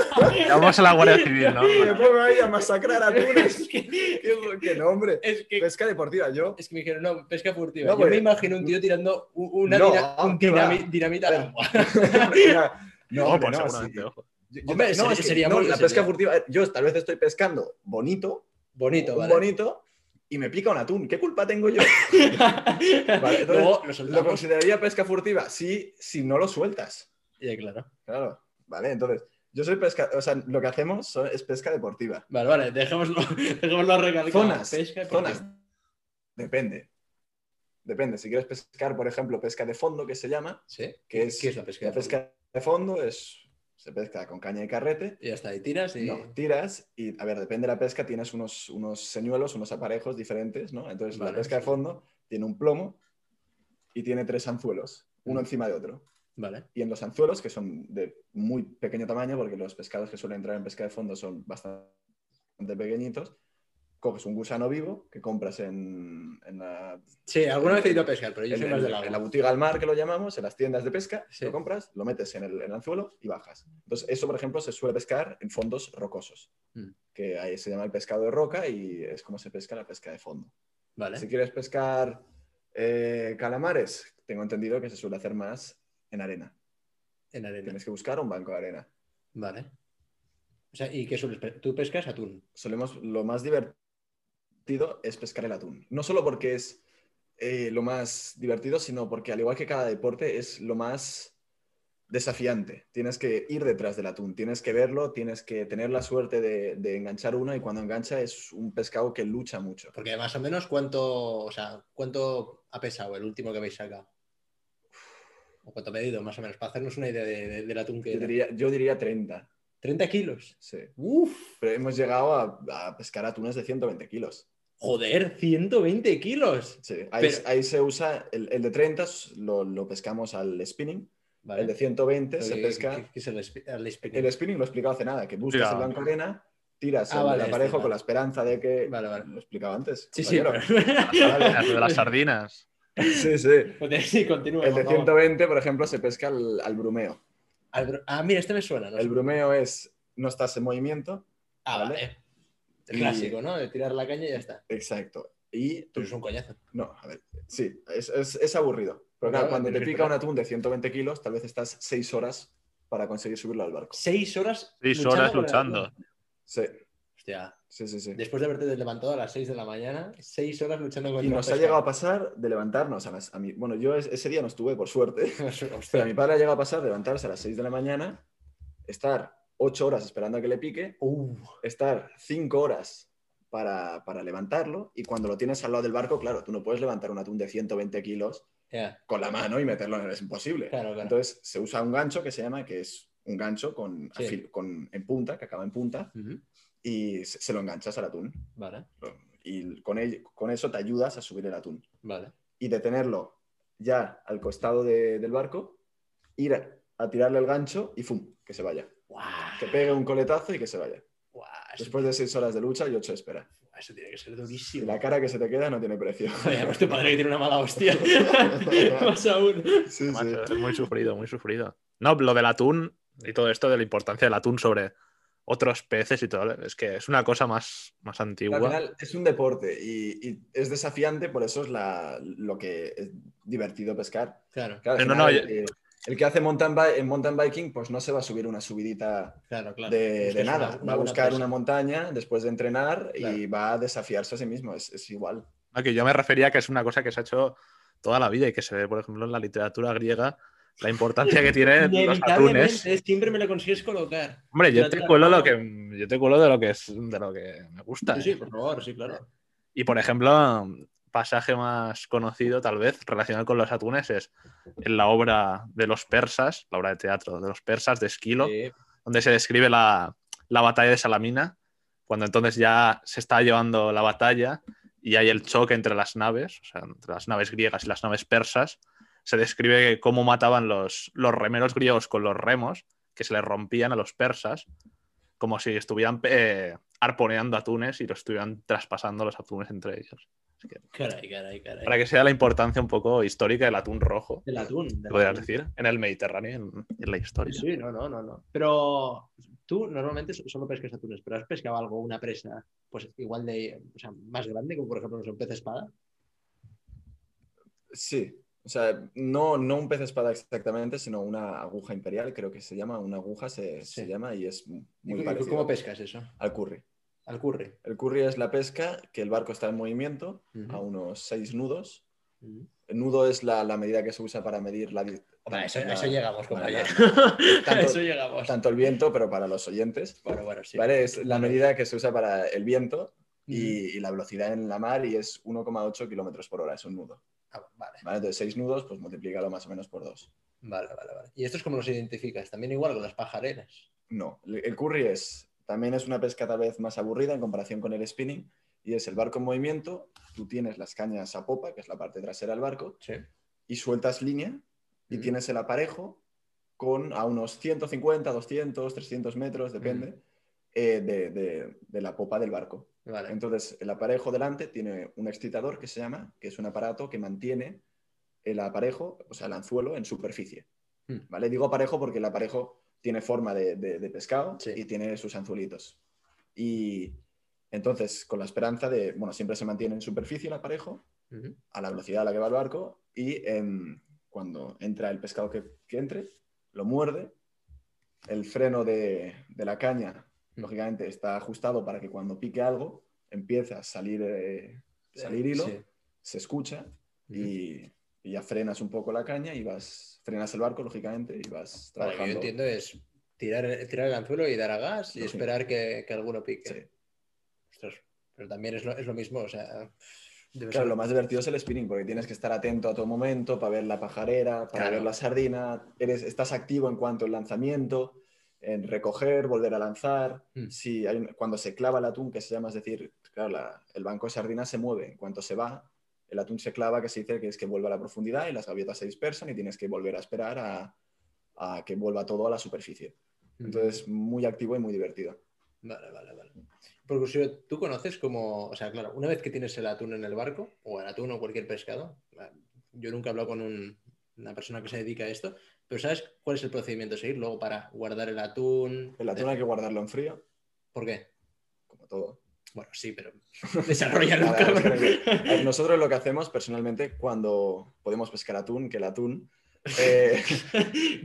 ya vamos a la Guardia Civil, ¿no? y me pongo ahí a masacrar es, atunes. que, Qué, bu- qué nombre. es, que, Pesca deportiva, yo. es que me dijeron, no, pesca furtiva. No, Yo pues- me imagino un tío tirando u- una No, dina- un ¿qué va? dinami- dinamita al agua. Mira, No, no, hombre, pues no, seguramente, sí. ojo. Yo- Hombre, yo- no, sería- es que- sería no, muy- la sería- pesca furtiva, yo tal vez estoy pescando bonito, Bonito, un vale. bonito, y me pica un atún. ¿Qué culpa tengo yo? Vale, entonces, Luego lo ¿Lo soltamos. consideraría pesca furtiva? Sí, si no lo sueltas. Ya, claro. Claro, vale, entonces, yo soy pesca, o sea, lo que hacemos son- es pesca deportiva. Vale, vale, dejémoslo, dejémoslo recalcado. Zonas, Pesca zonas. deportiva. Depende. Depende, si quieres pescar, por ejemplo, pesca de fondo, que se llama, ¿Sí? que es, ¿Qué es la pesca? la pesca de fondo es, se pesca con caña y carrete, Y ya está, y tiras y... no, tiras y, a ver, depende de la pesca, tienes unos, unos señuelos, unos aparejos diferentes, ¿no? Entonces, Vale, la pesca de sí. fondo tiene un plomo y tiene tres anzuelos, uno Mm. encima de otro. Vale. y en los anzuelos, que son de muy pequeño tamaño, porque los pescados que suelen entrar en pesca de fondo son bastante pequeñitos, coges un gusano vivo que compras en, en la, Sí, alguna vez he ido a pescar, pero yo en- soy más en- del en la agua. botiga al mar que lo llamamos, en las tiendas de pesca, Sí. lo compras, lo metes en el, en el anzuelo y bajas. Entonces, eso, por ejemplo, se suele pescar en fondos rocosos, Mm. que ahí se llama el pescado de roca y es como se pesca la pesca de fondo. Si Vale. quieres pescar eh, calamares, tengo entendido que se suele hacer más en arena. En arena. Tienes que buscar un banco de arena. Vale. O sea, ¿y qué sueles pescar? Tú pescas atún. solemos, lo más divertido es pescar el atún. No solo porque es eh, lo más divertido, sino porque al igual que cada deporte es lo más desafiante. Tienes que ir detrás del atún, tienes que verlo, tienes que tener la suerte de, de enganchar uno y cuando engancha es un pescado que lucha mucho. Porque más o menos cuánto, o sea, cuánto ha pesado el último que habéis sacado. O cuánto ha medido, más o menos, para hacernos una idea de- de- del atún que Yo era. diría, yo diría 30, 30 kilos. sí. Uf, Pero hemos llegado a, a pescar atunes de 120 kilos. joder, 120 kilos. Sí. Ahí, Pero- ahí se usa, el, el de 30 lo, lo pescamos al spinning, Vale. el de 120 Pero se ¿qué- pesca... qué- qué es el espi- el spinning? El spinning lo he explicado hace nada, que buscas Ya. el blanco arena, tiras Ah, el vale, aparejo este, con la vale. esperanza de que... Vale, vale. Lo explicaba antes. Sí, sí. compañero. Las de las sardinas. Sí, sí. pero- Sí, continúa. El por de favor. 120, por ejemplo, se pesca al, al brumeo. Al bru- Ah, mira, este me suena. ¿no? El brumeo es, no estás en movimiento. Ah, ¿vale? vale. El clásico, ¿no? De tirar la caña y ya está. Exacto. Y... Tú eres un coñazo. No, a ver, sí, es, es- es aburrido. Pero Claro, claro, cuando te tienes que pica un esperar. atún de 120 kilos, tal vez estás 6 horas para conseguir subirlo al barco. Seis horas. Seis luchando horas con el atún. luchando. Sí, Hostia, sí, sí. sí. después de haberte levantado a las 6 de la mañana, 6 horas luchando contra Y nos un ha pescado. llegado a pasar de levantarnos a las... A mí, bueno, yo es- ese día no estuve, por suerte. Pero Hostia, a mi padre ha llegado a pasar de levantarse a las 6 de la mañana, estar 8 horas esperando a que le pique, uh, estar 5 horas para, para levantarlo y cuando lo tienes al lado del barco, claro, tú no puedes levantar un atún de 120 kilos ya, con la mano y meterlo en el... Es imposible. claro, claro. Entonces se usa un gancho que se llama, que es un gancho con, Sí. afil- con- en punta, que acaba en punta, Ujú, y se, se lo enganchas al atún. Vale, Y con, ello- con eso te ayudas a subir el atún vale. y de tenerlo ya al costado de- del barco, ir a, a tirarle el gancho y ¡fum! Que se vaya. Guau, Que pegue un coletazo y que se vaya. guau, eso, Después de seis horas de lucha y ocho de espera. eso tiene que ser Y durísimo. la cara que se te queda no tiene precio. Joder, además tu pues padre que tiene una mala hostia. Más aún. Sí, sí. Macho, es muy sufrido, muy sufrido. No, lo del atún y todo esto de la importancia del atún sobre otros peces y todo, es que es una cosa más, más antigua. Al final es un deporte y, y es desafiante, por eso es la- lo que es divertido pescar. Claro, Claro, al Pero no, final, no, eh, el que hace mountain, bi- en mountain biking, pues no se va a subir una subidita claro, claro. de, de Buscas nada. una- una va a buena buscar presa. una montaña después de entrenar y Claro. va a desafiarse a sí mismo. Es, es igual. No, que yo me refería a que es una cosa que se ha hecho toda la vida y que se ve, por ejemplo, en la literatura griega, la importancia que tienen los atunes. Inevitablemente, siempre me lo consigues colocar. Hombre, yo te Literatura. cuelo lo que yo te cuelo de lo que es de lo que me gusta. Sí, sí, ¿eh? por favor, sí, claro. Y por ejemplo, pasaje más conocido, tal vez, relacionado con los atunes, es en la obra de los persas, la obra de teatro de los persas de Esquilo, Sí, donde se describe la, la batalla de Salamina, cuando entonces ya se está llevando la batalla y hay el choque entre las naves, o sea, entre las naves griegas y las naves persas. Se describe cómo mataban los, los remeros griegos con los remos que se les rompían a los persas, como si estuvieran eh, arponeando atunes y los estuvieran traspasando los atunes entre ellos. caray, caray, caray. Para que sea la importancia un poco histórica del atún rojo, Del atún. del podrías atún. decir, en el Mediterráneo, en, en la historia. Sí, sí, no, no, no, no. Pero tú normalmente so- solo pescas atunes, pero has pescado algo, una presa, pues igual de, o sea, más grande, como por ejemplo los pez espada. Sí. O sea, no, no un pez espada exactamente, sino una aguja imperial, creo que se llama. Una aguja se, se Sí. llama y es muy ¿Y cómo- parecido ¿Cómo pescas eso? al curry. Al curry. El curry es la pesca que el barco está en movimiento Ujú. a unos seis nudos. Ujú. El nudo es la, la medida que se usa para medir la, di- Hombre, eso, la- eso llegamos, Vale, compañero. Tanto- eso llegamos. tanto el viento, pero para los oyentes. Bueno, bueno, sí. ¿vale? Es la Vale. medida que se usa para el viento Ujú. y, y la velocidad en la mar y es 1,8 kilómetros por hora, es un nudo. Ah, vale, ¿vale? Entonces, 6 nudos, pues multiplícalo más o menos por 2. vale, vale, vale. ¿Y esto es como los identificas? También igual con las pajareras. No, el el curry es, también es una pesca tal vez más aburrida en comparación con el spinning y es el barco en movimiento, tú tienes las cañas a popa, que es la parte trasera del barco, Sí. y sueltas línea y Ujú. tienes el aparejo con a unos 150, 200, 300 metros, depende, eh, de, de- de la popa del barco. Vale. Entonces, el aparejo delante tiene un excitador que se llama, que es un aparato que mantiene el aparejo, o sea, el anzuelo en superficie. Hmm. ¿Vale? Digo aparejo porque el aparejo tiene forma de, de- de pescado Sí. y tiene sus anzuelitos. Y entonces, con la esperanza de, bueno, siempre se mantiene en superficie el aparejo, Ujú. a la velocidad a la que va el barco y em, cuando entra el pescado que, que entre, lo muerde, el freno de, de la caña, Mm. lógicamente, está ajustado para que cuando pique algo empieza a salir, eh, salir hilo, Sí. se escucha y, y ya frenas un poco la caña y vas, frenas el barco, lógicamente, y vas Vale, trabajando. yo entiendo es tirar, tirar el anzuelo y dar a gas y Lógico. esperar que, que alguno pique. Sí. Ostras, pero también es lo, es lo mismo, o sea... debe Claro, ser- lo más divertido es el spinning, porque tienes que estar atento a todo momento para ver la pajarera, para Claro. ver la sardina. Eres, estás activo en cuanto al lanzamiento, en recoger, volver a lanzar. Mm. Si hay un- cuando se clava el atún, que se llama, es decir, claro, la- el banco de sardinas se mueve. En cuanto se va, el atún se clava, que se dice que es que vuelve a la profundidad y las gaviotas se dispersan y tienes que volver a esperar a, a que vuelva todo a la superficie. Hmm. Entonces, muy activo y muy divertido. Vale, vale, vale. Por curiosidad, ¿tú conoces cómo, o sea, claro, una vez que tienes el atún en el barco, o el atún o cualquier pescado, la- yo nunca he hablado con un- una persona que se dedica a esto, pero ¿sabes cuál es el procedimiento a seguir luego para guardar el atún? eh, El atún hay que guardarlo en frío, ¿Por qué? como todo. Bueno, sí, pero desarrollarlo, Nada, cabrón. es que Nosotros lo que hacemos personalmente cuando podemos pescar atún, que el atún, eh,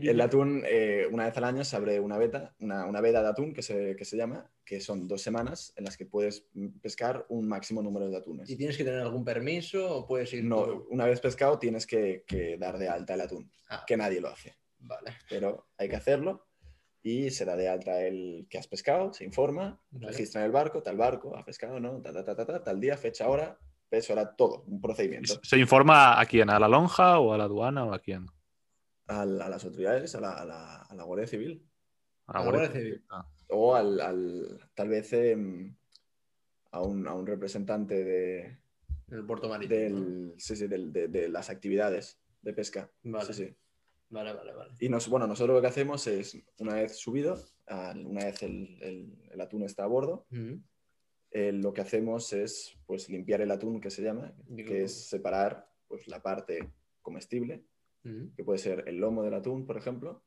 el atún eh, una vez al año se abre una veta, una, una veda de atún que se, que se llama, que son dos semanas en las que puedes pescar un máximo número de ¿Y atunes. tienes que tener algún permiso o puedes ir No, tú? una vez pescado tienes que, que dar de alta el atún, Ah, que nadie lo hace, vale. pero hay que hacerlo y se da de alta el que has pescado, se informa, Vale. registra en el barco, tal barco, ha pescado, ¿no? Ta, ta, ta, ta, ta, tal día, fecha, hora, peso, hora, todo, un procedimiento. ¿Se informa a quién? ¿A la lonja o a la aduana o a quién? al- a las autoridades, a la, a la- a la Guardia Civil. A A la Guardia Civil. Ah, O al, al- tal vez em, a, un, a un representante de, En el puerto marítimo. ¿no? del- sí, sí, del- de, de las actividades de pesca. Vale, Sí, sí. vale, vale, vale. Y nos, bueno, nosotros lo que hacemos es, una vez subido, al- una vez el, el- el atún está a bordo, Ujú. eh, lo que hacemos es pues, limpiar el atún, que se llama, Digo- que es separar pues, la parte comestible Ujú. que puede ser el lomo del atún, por ejemplo,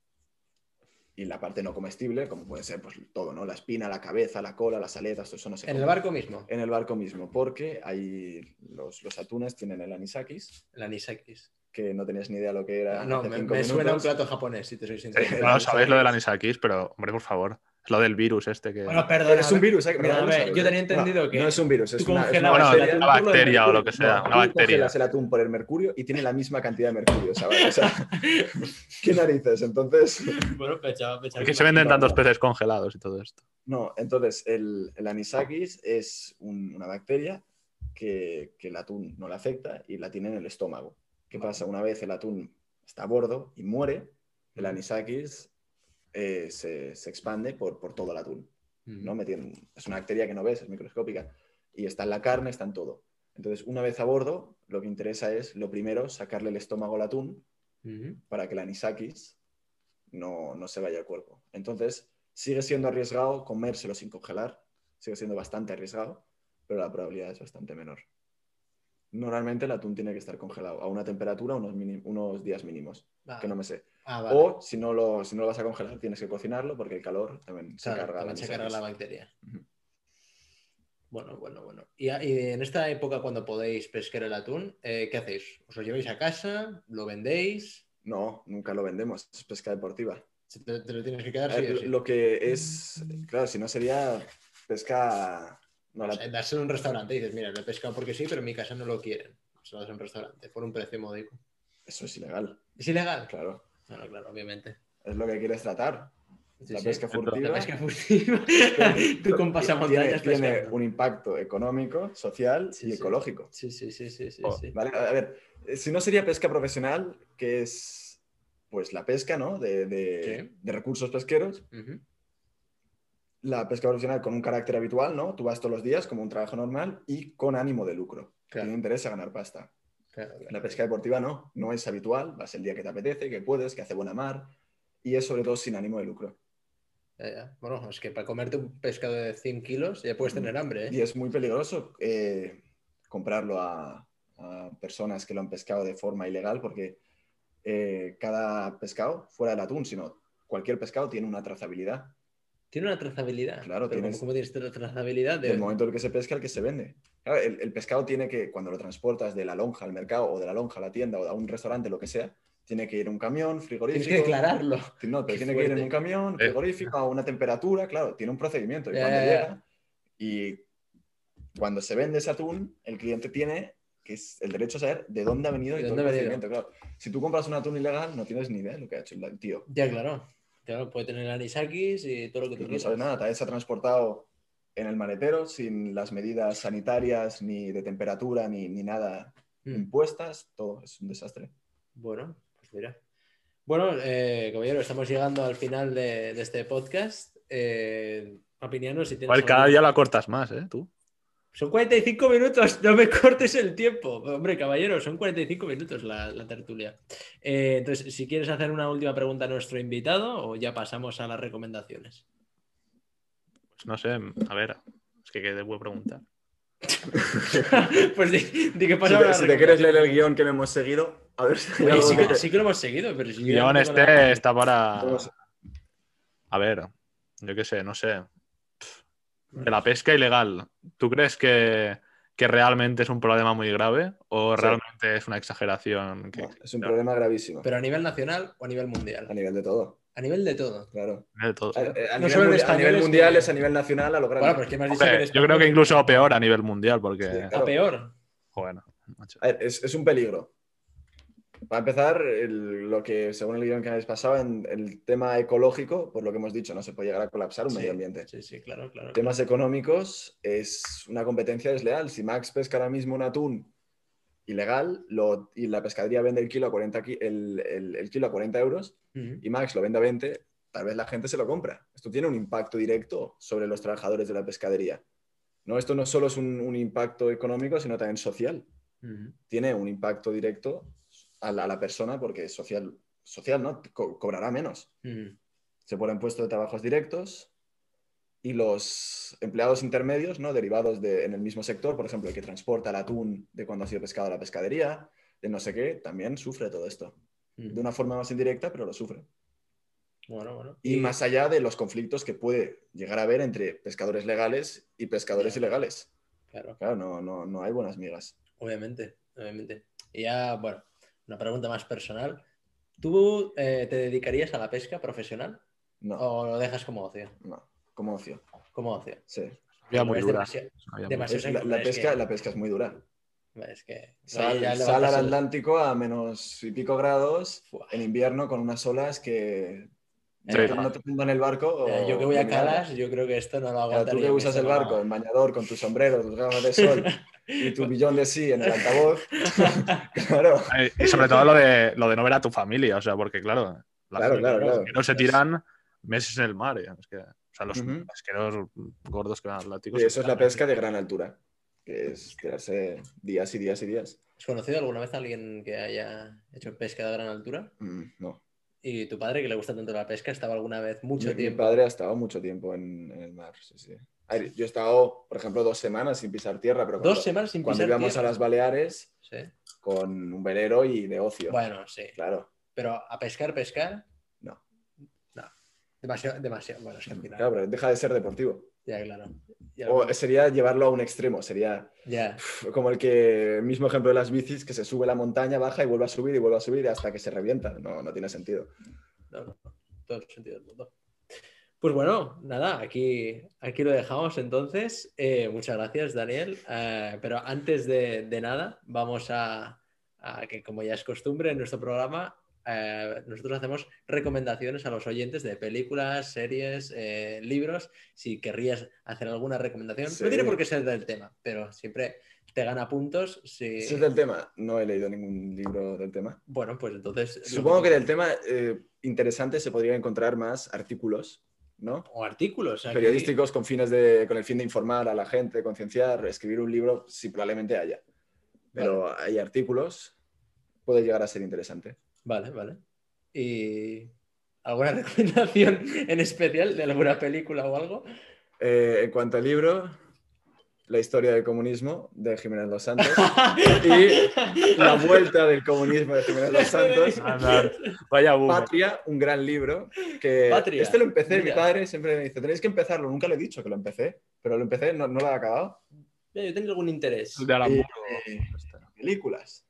y la parte no comestible, como puede ser pues, todo, ¿no? La espina, la cabeza, la cola, las aletas, todo eso no se En come. el barco mismo, En el barco mismo, porque ahí los, los atunes tienen el anisakis, el anisakis. que no tenías ni idea lo que era. Ah, No, hace me, cinco me suena a un minutos. plato japonés, si te soy sincero. No sabéis lo del anisakis, pero hombre, por favor. Es lo del virus este que. Bueno, Eh, perdona. Es un virus, eh, mira, Perdóname, no lo sabes, yo eh. tenía entendido No, que No es un virus, es tú una, es una congelabas Bueno, el bacteria. atún por lo una del bacteria o lo que mercurio. sea, No, una tú bacteria. congelas el atún por el mercurio y tiene la misma cantidad de mercurio, ¿sabes? O sea, ¿Qué narices? Entonces, Bueno, pensaba, pensaba. ¿Por qué se venden Imagino, tantos ¿no? peces congelados y todo esto? No, entonces el, el anisakis es un- una bacteria que, que el atún no la afecta y la tiene en el estómago. ¿Qué pasa? Una vez el atún está a bordo y muere, el anisakis eh, se, se expande por, por todo el atún. ¿no? Metien- es una bacteria que no ves, es microscópica. Y está en la carne, está en todo. Entonces, una vez a bordo, lo que interesa es, lo primero, sacarle el estómago al atún Ujú. para que el anisakis no, no se vaya al cuerpo. Entonces, sigue siendo arriesgado comérselo sin congelar, sigue siendo bastante arriesgado, pero la probabilidad es bastante menor. Normalmente el atún tiene que estar congelado a una temperatura, unos, mini- unos días mínimos, Ah, que no me sé. ah, vale. O si no, lo, si no lo vas a congelar, tienes que cocinarlo porque el calor también se Claro, carga. también al se carga la anisakis. bacteria. Ujú. Bueno, bueno, bueno. Y, a- y en esta época, cuando podéis pescar el atún, eh, ¿qué hacéis? ¿Os lo lleváis a casa? ¿Lo vendéis? No, nunca lo vendemos, es pesca deportiva. ¿Se ¿Te, te lo tienes que quedar? A Sí, ver, o lo- sí? Lo que es, claro, si no sería pesca... No, O la, sea, das en un restaurante y dices, mira, lo he pescado porque sí, pero en mi casa no lo quieren. Se lo das en un restaurante por un precio módico. eso es ilegal, ¿Es ilegal? claro. Bueno, claro, obviamente. es lo que quieres tratar. Sí, la sí. pesca furtiva La pesca furtiva. Tú con tiene, pasamontañas tiene pescando. un impacto económico, social Sí, y sí. ecológico. Sí, sí, sí, sí, sí. Oh. sí. ¿vale? A ver, eh, si no sería pesca profesional, que es pues la pesca ¿no? de, de- Sí. de recursos pesqueros, Ujú. la pesca profesional con un carácter habitual, ¿no? Tú vas todos los días como un trabajo normal y con ánimo de lucro. Claro. Te interesa ganar pasta. Claro, claro. La pesca deportiva no, no es habitual, vas el día que te apetece, que puedes, que hace buena mar y es sobre todo sin ánimo de lucro. Ya, ya. Bueno, es que para comerte un pescado de 100 kilos ya puedes tener hambre, ¿eh? Y es muy peligroso eh, comprarlo a, a personas que lo han pescado de forma ilegal porque eh, cada pescado, fuera del atún, sino cualquier pescado tiene una trazabilidad. Tiene una trazabilidad. Claro, pero tienes- ¿cómo, cómo tienes tra- trazabilidad? de- Del momento en el que se pesca, el que se vende. Claro, el, el pescado tiene que, cuando lo transportas de la lonja al mercado o de la lonja a la tienda o a un restaurante, lo que sea, tiene que ir un camión Tienes frigorífico. que declararlo. No, pero Qué tiene que ir en fuerte. un camión, Eh. frigorífico, a una temperatura, claro, tiene un procedimiento. Y Ya, cuando ya, ya. llega, y cuando se vende ese atún, el cliente tiene que es el derecho a saber de dónde ha venido y ¿De todo el dónde ha venido? procedimiento, claro. Si tú compras un atún ilegal, no tienes ni idea de lo que ha hecho el tío. Ya, claro. Claro, puede tener anisakis y todo lo que tú No quieras. sabes nada, tal vez se ha transportado en el maletero sin las medidas sanitarias, ni de temperatura, ni, ni nada Mm. impuestas, todo es un desastre. Bueno, pues mira. Bueno, eh, caballero, estamos llegando al final de, de este podcast. Eh, Papiniano, si tienes. Igual cada algún- día la cortas más, ¿eh? Tú. Son 45 minutos, no me cortes el tiempo. Hombre, caballero, son 45 minutos la, la tertulia. Eh, entonces, si quieres hacer una última pregunta a nuestro invitado o ya pasamos a las recomendaciones. Pues no sé, a ver, es que qué debo preguntar. pues di, di que Si pasa te, ahora si la te quieres recomendación. leer el guión que le hemos seguido, a ver si hay Oye, algo sí, que- que, sí que lo hemos seguido, pero si yo Guión no tengo este la- está para. No sé. A ver, yo qué sé, no sé. De la pesca ilegal, ¿tú crees que, que realmente es un problema muy grave o Sí. realmente es una exageración? que- No, es un problema gravísimo Pero a nivel nacional o a nivel mundial. a nivel de todo, A nivel de todo. claro. de todo? A, a- a No nivel, solo en mundi- a español, nivel es que- mundial es a nivel nacional a lo grande. Bueno, pues, pero es que me has dicho Hombre, que eres yo creo que español. incluso peor a nivel mundial, porque. Sí, claro. A peor. Joder, macho. A ver, es, es un peligro. Para empezar, el- lo que según el guión que habéis pasado, en el tema ecológico, por lo que hemos dicho, no se puede llegar a colapsar un Sí. medio ambiente. Sí, sí, claro, claro. Temas económicos es una competencia desleal. Si Max pesca ahora mismo un atún ilegal lo, y la pescadería vende el kilo, a 40, ki- el- el- el kilo a 40 euros, Ujú. y Max lo vende a 20, tal vez la gente se lo compra. Esto tiene un impacto directo sobre los trabajadores de la pescadería. No, esto no solo es un, un impacto económico, sino también social. Ujú. Tiene un impacto directo a la, a la persona porque es social, social ¿no? Co- cobrará menos. Ujú. Se ponen puestos de trabajos directos y los empleados intermedios, ¿no? derivados de, en el mismo sector, por ejemplo, el que transporta el atún de cuando ha sido pescado a la pescadería, de no sé qué, también sufre todo esto. De una forma más indirecta, pero lo sufre. Bueno, bueno. Y más allá de los conflictos que puede llegar a haber entre pescadores legales y pescadores Ya. ilegales. Claro, Claro, no, no, no hay buenas migas. obviamente, obviamente. Y ya, bueno, una pregunta más personal. ¿Tú eh, te dedicarías a la pesca profesional No, o lo dejas como ocio? no, como ocio. Como ocio. Sí. Vida muy Es dura. demasiado- una vida muy demasiado- Pues Es- es- la, la es pesca, que- la pesca es muy dura. Es que... Sal, ya sal levantas al el- Atlántico a menos y pico grados Fua. en invierno con unas olas que Sí. no te tumban el barco. Ya, o- Yo que voy o a ni Calas, nada. yo creo que esto no lo Claro, tú aguantaría. que usas esto el no- barco, el bañador, con tu sombrero, tus gafas de sol y tu billón de sí en el altavoz. claro, Ay, Y sobre todo lo de, lo de no ver a tu familia, o sea, porque claro, la claro, gente claro, claro. que no se tiran meses en el mar. eh, Es que, o sea, los Ujú. pesqueros gordos que van al Atlántico. Y se eso es la tiran. eh, pesca de gran altura, que es tirarse días y días y días. ¿Has conocido alguna vez a alguien que haya hecho pesca de gran altura? Mm, No. ¿Y tu padre, que le gusta tanto la pesca, estaba alguna vez mucho mi, mi tiempo? padre ha estado mucho tiempo en, en el mar. sí, sí. A ver, yo he estado, por ejemplo, dos semanas sin pisar tierra, pero cuando, Dos semanas sin cuando pisar íbamos tierra. a las Baleares Sí. con un velero y de ocio. Bueno, sí. Claro. Pero a pescar, pescar. No. No. Demasiado, demasiado. Bueno, es que al final. Claro, pero deja de ser deportivo. Ya, claro. Ya, O sería llevarlo a un extremo, sería ya. como el que el mismo ejemplo de las bicis, que se sube la montaña, baja y vuelve a subir y vuelve a subir hasta que se revienta. No, no tiene sentido. No, no, no. Todo el sentido del mundo. Pues bueno, nada, aquí, aquí lo dejamos entonces. Eh, muchas gracias, Daniel. Eh, pero antes de, de nada, vamos a, a que, como ya es costumbre en nuestro programa, eh, nosotros hacemos recomendaciones a los oyentes de películas, series, eh, libros. Si querrías hacer alguna recomendación, Sí. no tiene por qué ser del tema, pero siempre te gana puntos. Si... Ese es el tema. No he leído ningún libro del tema. Bueno, pues entonces. Supongo que del tema eh, interesante se podría encontrar más artículos, ¿no? O artículos. aquí- Periodísticos con fines de, con el fin de informar a la gente, concienciar, escribir un libro, sí probablemente haya. Pero hay artículos, puede llegar a ser interesante. Vale, vale. Y ¿Alguna recomendación en especial de alguna película o algo? Eh, en cuanto al libro, La historia del comunismo de Jiménez Los Santos y La vuelta del comunismo de Jiménez Los Santos. Andar. Vaya boomer. Patria, un gran libro. Que Patria, este lo empecé, mi mira. padre siempre me dice, tenéis que empezarlo, nunca lo he dicho que lo empecé, pero lo empecé, no, no lo he acabado. Mira, Yo tengo algún interés. De Alan Y, Moore. eh, películas.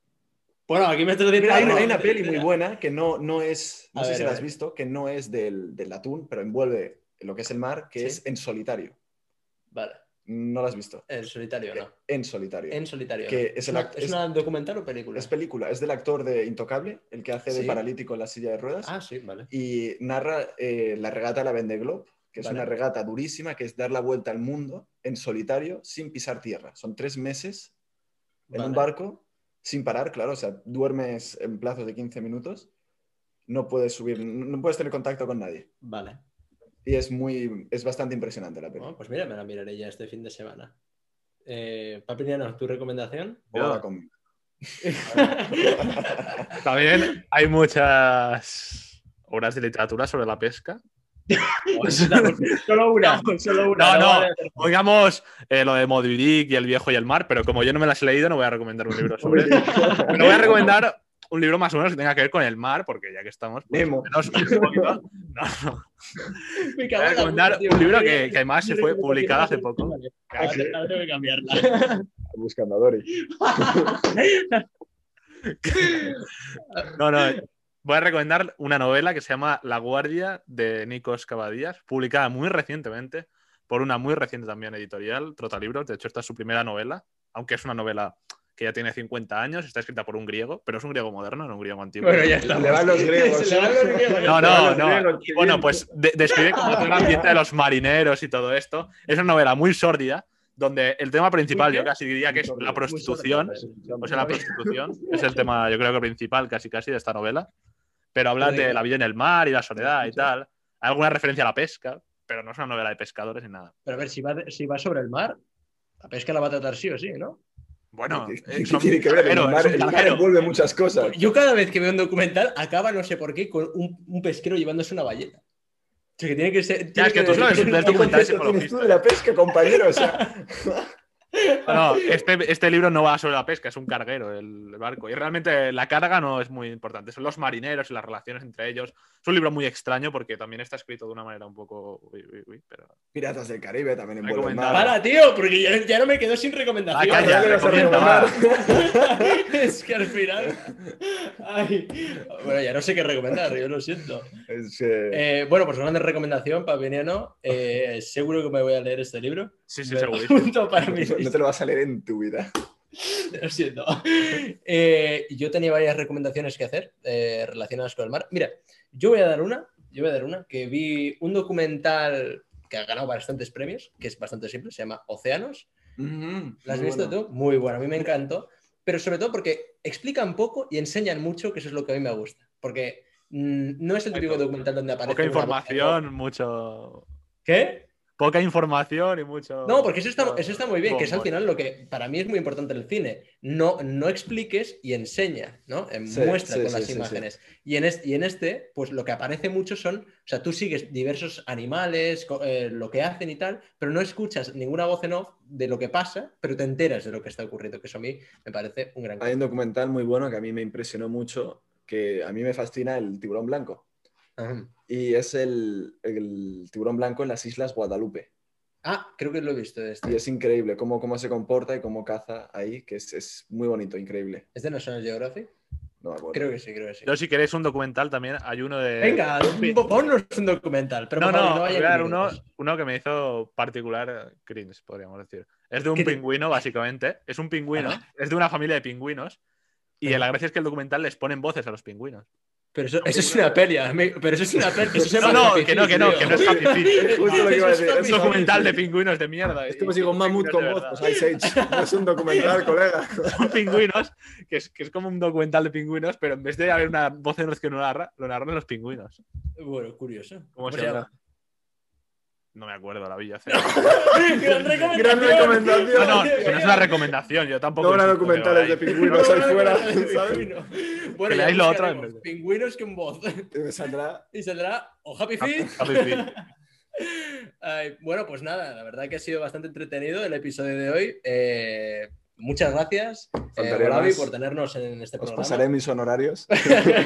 Bueno, aquí me estoy diciendo. Mira, hay, una, hay una Espera, peli muy espera. buena que no, no es, no A sé ver, si a la has ver. visto, que no es del, del atún, pero envuelve lo que es el mar, que Sí. es En solitario. Vale, No la has visto. en solitario, no. En solitario. En solitario. Que no. es el una, act- ¿Es es- una documental o película? Es película, es del actor de Intocable, el que hace de Sí. paralítico en la silla de ruedas. Ah, sí, vale. y narra eh, la regata de la Vendée Globe, que es Vale. una regata durísima, que es dar la vuelta al mundo en solitario sin pisar tierra. Son tres meses en un Vale. barco sin parar, claro, o sea, duermes en plazos de 15 minutos, no puedes subir, no puedes tener contacto con nadie. Vale. Y es muy, es bastante impresionante la Oh, película. Bueno, pues mira, me la miraré ya este fin de semana. Eh, Papiniano, ¿tu recomendación? Ojo a la ya. combi. También hay muchas obras de literatura sobre la pesca. Pues solo una, solo No, no. vale. Oigamos eh, lo de Modridic y El viejo y el mar, pero como yo no me las he leído, no voy a recomendar un libro sobre él. Pero voy a recomendar un libro más o menos que tenga que ver con el mar, porque ya que estamos, pues, Nemo. menos un poquito. No, no. Me Voy cago en a la recomendar puta, tío. un libro que, que además se Mi fue recomendación publicado va a hace ser- poco. Vale, vale, ahora tengo que cambiarla. Buscando a Dory. No, no. Voy a recomendar una novela que se llama La Guardia de Nikos Cavadías, publicada muy recientemente por una muy reciente también editorial, Trotalibros. De hecho, esta es su primera novela, aunque es una novela que ya tiene 50 años, está escrita por un griego, pero es un griego moderno, no un griego antiguo. Bueno, ya está. Le van los griegos. Se le van los griegos. No, no, Los no. griegos, Y bueno, pues de- describe como todo el ambiente de los marineros y todo esto. Es una novela muy sórdida, donde el tema principal, yo casi diría que es la prostitución. pues, pues O sea, la prostitución es el tema, yo creo que principal casi casi de esta novela. Pero habla Pero de de qué- la vida en el mar y la soledad y tal. Hay alguna referencia a la pesca, pero no es una novela de pescadores ni nada. Pero a ver, si va, de- si va sobre el mar, la pesca la va a tratar sí o sí, ¿no? Bueno, ¿Qué- eh, qué son- tiene que ver? El pero mar, es un el mar viajero. envuelve muchas cosas. Yo cada vez que veo un documental acaba, no sé por qué, con un, un pesquero llevándose una ballena. O sea, que tiene que ser... tiene es que tú sabes, del ¿Qué documental concepto tienes tú ecologista. de la pesca, compañero? O sea, No, este, este libro no va sobre la pesca, es un carguero, el barco. Y realmente la carga no es muy importante. Son los marineros y las relaciones entre ellos. Es un libro muy extraño porque también está escrito de una manera un poco. Uy, uy, uy, pero... Piratas del Caribe también envuelve el Recomendado. mar. Para, tío, porque ya, ya no me quedo sin recomendación. Ah, calla, Ya le vas a recomienda, recomendar. es que al final... Ay. Bueno, ya no sé qué recomendar, yo lo siento. Es, eh, Eh, bueno, pues una gran recomendación, Papiniano. Eh, seguro que me voy a leer este libro. Sí, Me sí, lo seguro. apunto para mi no te lo vas a leer en tu vida. Lo siento. Eh, yo tenía varias recomendaciones que hacer eh, relacionadas con el mar. Mira, yo voy a dar una, yo voy a dar una, que vi un documental que ha ganado bastantes premios, que es bastante simple, se llama Océanos. ¿Lo has visto tú? Muy bueno, a mí me encantó. Pero sobre todo porque explican poco y enseñan mucho, que eso es lo que a mí me gusta. Porque mm, no es el típico documental donde aparece... Poca una boca, ¿no? información, mucho. ¿Qué? Poca información y mucho. No, porque eso está, eso está muy bien, que es al Bombón. final lo que para mí es muy importante el cine. No, no expliques y enseña, ¿no? Eh, Sí, Muestra sí, con sí, las sí, sí. imágenes. Y, en este, y en este, pues lo que aparece mucho son, o sea, tú sigues diversos animales, co- eh, lo que hacen y tal, pero no escuchas ninguna voz en off de lo que pasa, pero te enteras de lo que está ocurriendo, que eso a mí me parece un gran... Hay un documental muy bueno que a mí me impresionó mucho, que a mí me fascina el tiburón blanco. Ajá. Y es el, el tiburón blanco en las Islas Guadalupe. Ah, creo que lo he visto. Este. Y es increíble cómo, cómo se comporta y cómo caza ahí, que es, es muy bonito, increíble. ¿Es de National Geographic? No me acuerdo. Creo que sí, creo que sí. Yo, si queréis un documental también, hay uno de. Venga, ponnos un documental, pero No, por favor, no, haya voy a dar uno, críticos. uno que me hizo particular eh, cringe, podríamos decir. Es de un ¿Qué te- pingüino, básicamente. Es un pingüino, Ajá. es de una familia de pingüinos. Y Ajá. la gracia es que el documental les ponen voces a los pingüinos. Pero eso, eso es una peli, amigo. pero eso es una peli. Eso se No, llama no, Happy que no, Feet, que no, que tío. no es Happy Feet. Justo lo que iba a decir. Es un documental de pingüinos de mierda. Es y como si con son mamut pingüinos con de voz, verdad. pues Ice Age. No es un documental, colega. son pingüinos, que es, que es como un documental de pingüinos, pero en vez de haber una voz en los que lo narra, lo narran los pingüinos. Bueno, curioso. Pues ¿Cómo Pues se llama? No me acuerdo, la vi yo hace. Gran recomendación. Gran recomendación. No, no, que no es una recomendación, yo tampoco. No habrá insisto, pero documentales de ahí- pingüinos ahí fuera, ¿sabes? Bueno, Bueno, Que ya leáis lo otro en buscaremos vez de- Pingüinos con voz. Me saldrá. y saldrá o Happy Ah. Feet. Happy Feet. Ay, bueno, pues nada, la verdad que ha sido bastante entretenido el episodio de hoy. Eh, muchas gracias, eh, Faltaría Olavi, más. por tenernos en este Os programa. pasaré mis honorarios.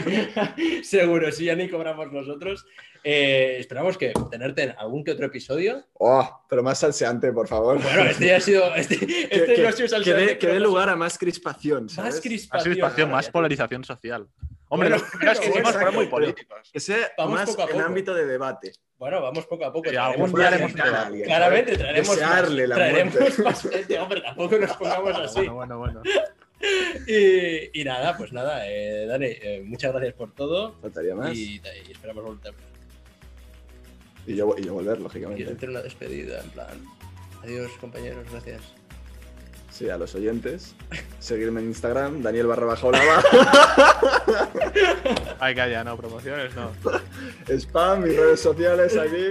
Seguro, si ya ni cobramos nosotros. Eh, esperamos que tenerte en algún que otro episodio. Oh, pero más salseante, por favor. Bueno, este ya ha sido. Este, este que, no ha sido que- que salseante, dé, que pero dé lugar a más crispación. ¿sabes? Más Más crispación. crispación, más polarización social. Hombre, Bueno, los primeros que bueno, hicimos fueron muy exacto, pero- políticos. Que sea Vamos más poco a en poco. ámbito de debate. Bueno, vamos poco a poco. Que traeremos algún más día Fuera de haremos un ganar a debate. alguien, Claramente, traeremos. Desearle más, la traeremos muerte. más gente, hombre, tampoco nos pongamos así. Bueno, bueno, bueno. Y, y nada, pues nada, eh, Dani, eh, muchas gracias por todo. Faltaría más. Y, Y, y esperamos volver yo, y yo volver, y lógicamente. hacer una despedida, en plan. Adiós, compañeros, gracias. Sí, a los oyentes. Seguirme en Instagram, Daniel barra baja Olava. Ay, calla, no, promociones no. Spam, mis redes sociales aquí.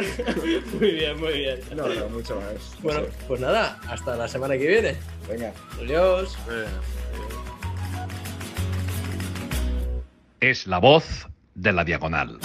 muy bien, muy bien. No, no, mucho más. No bueno, sé. pues nada, hasta la semana que viene. Venga. Adiós. Eh. Es la voz de la diagonal.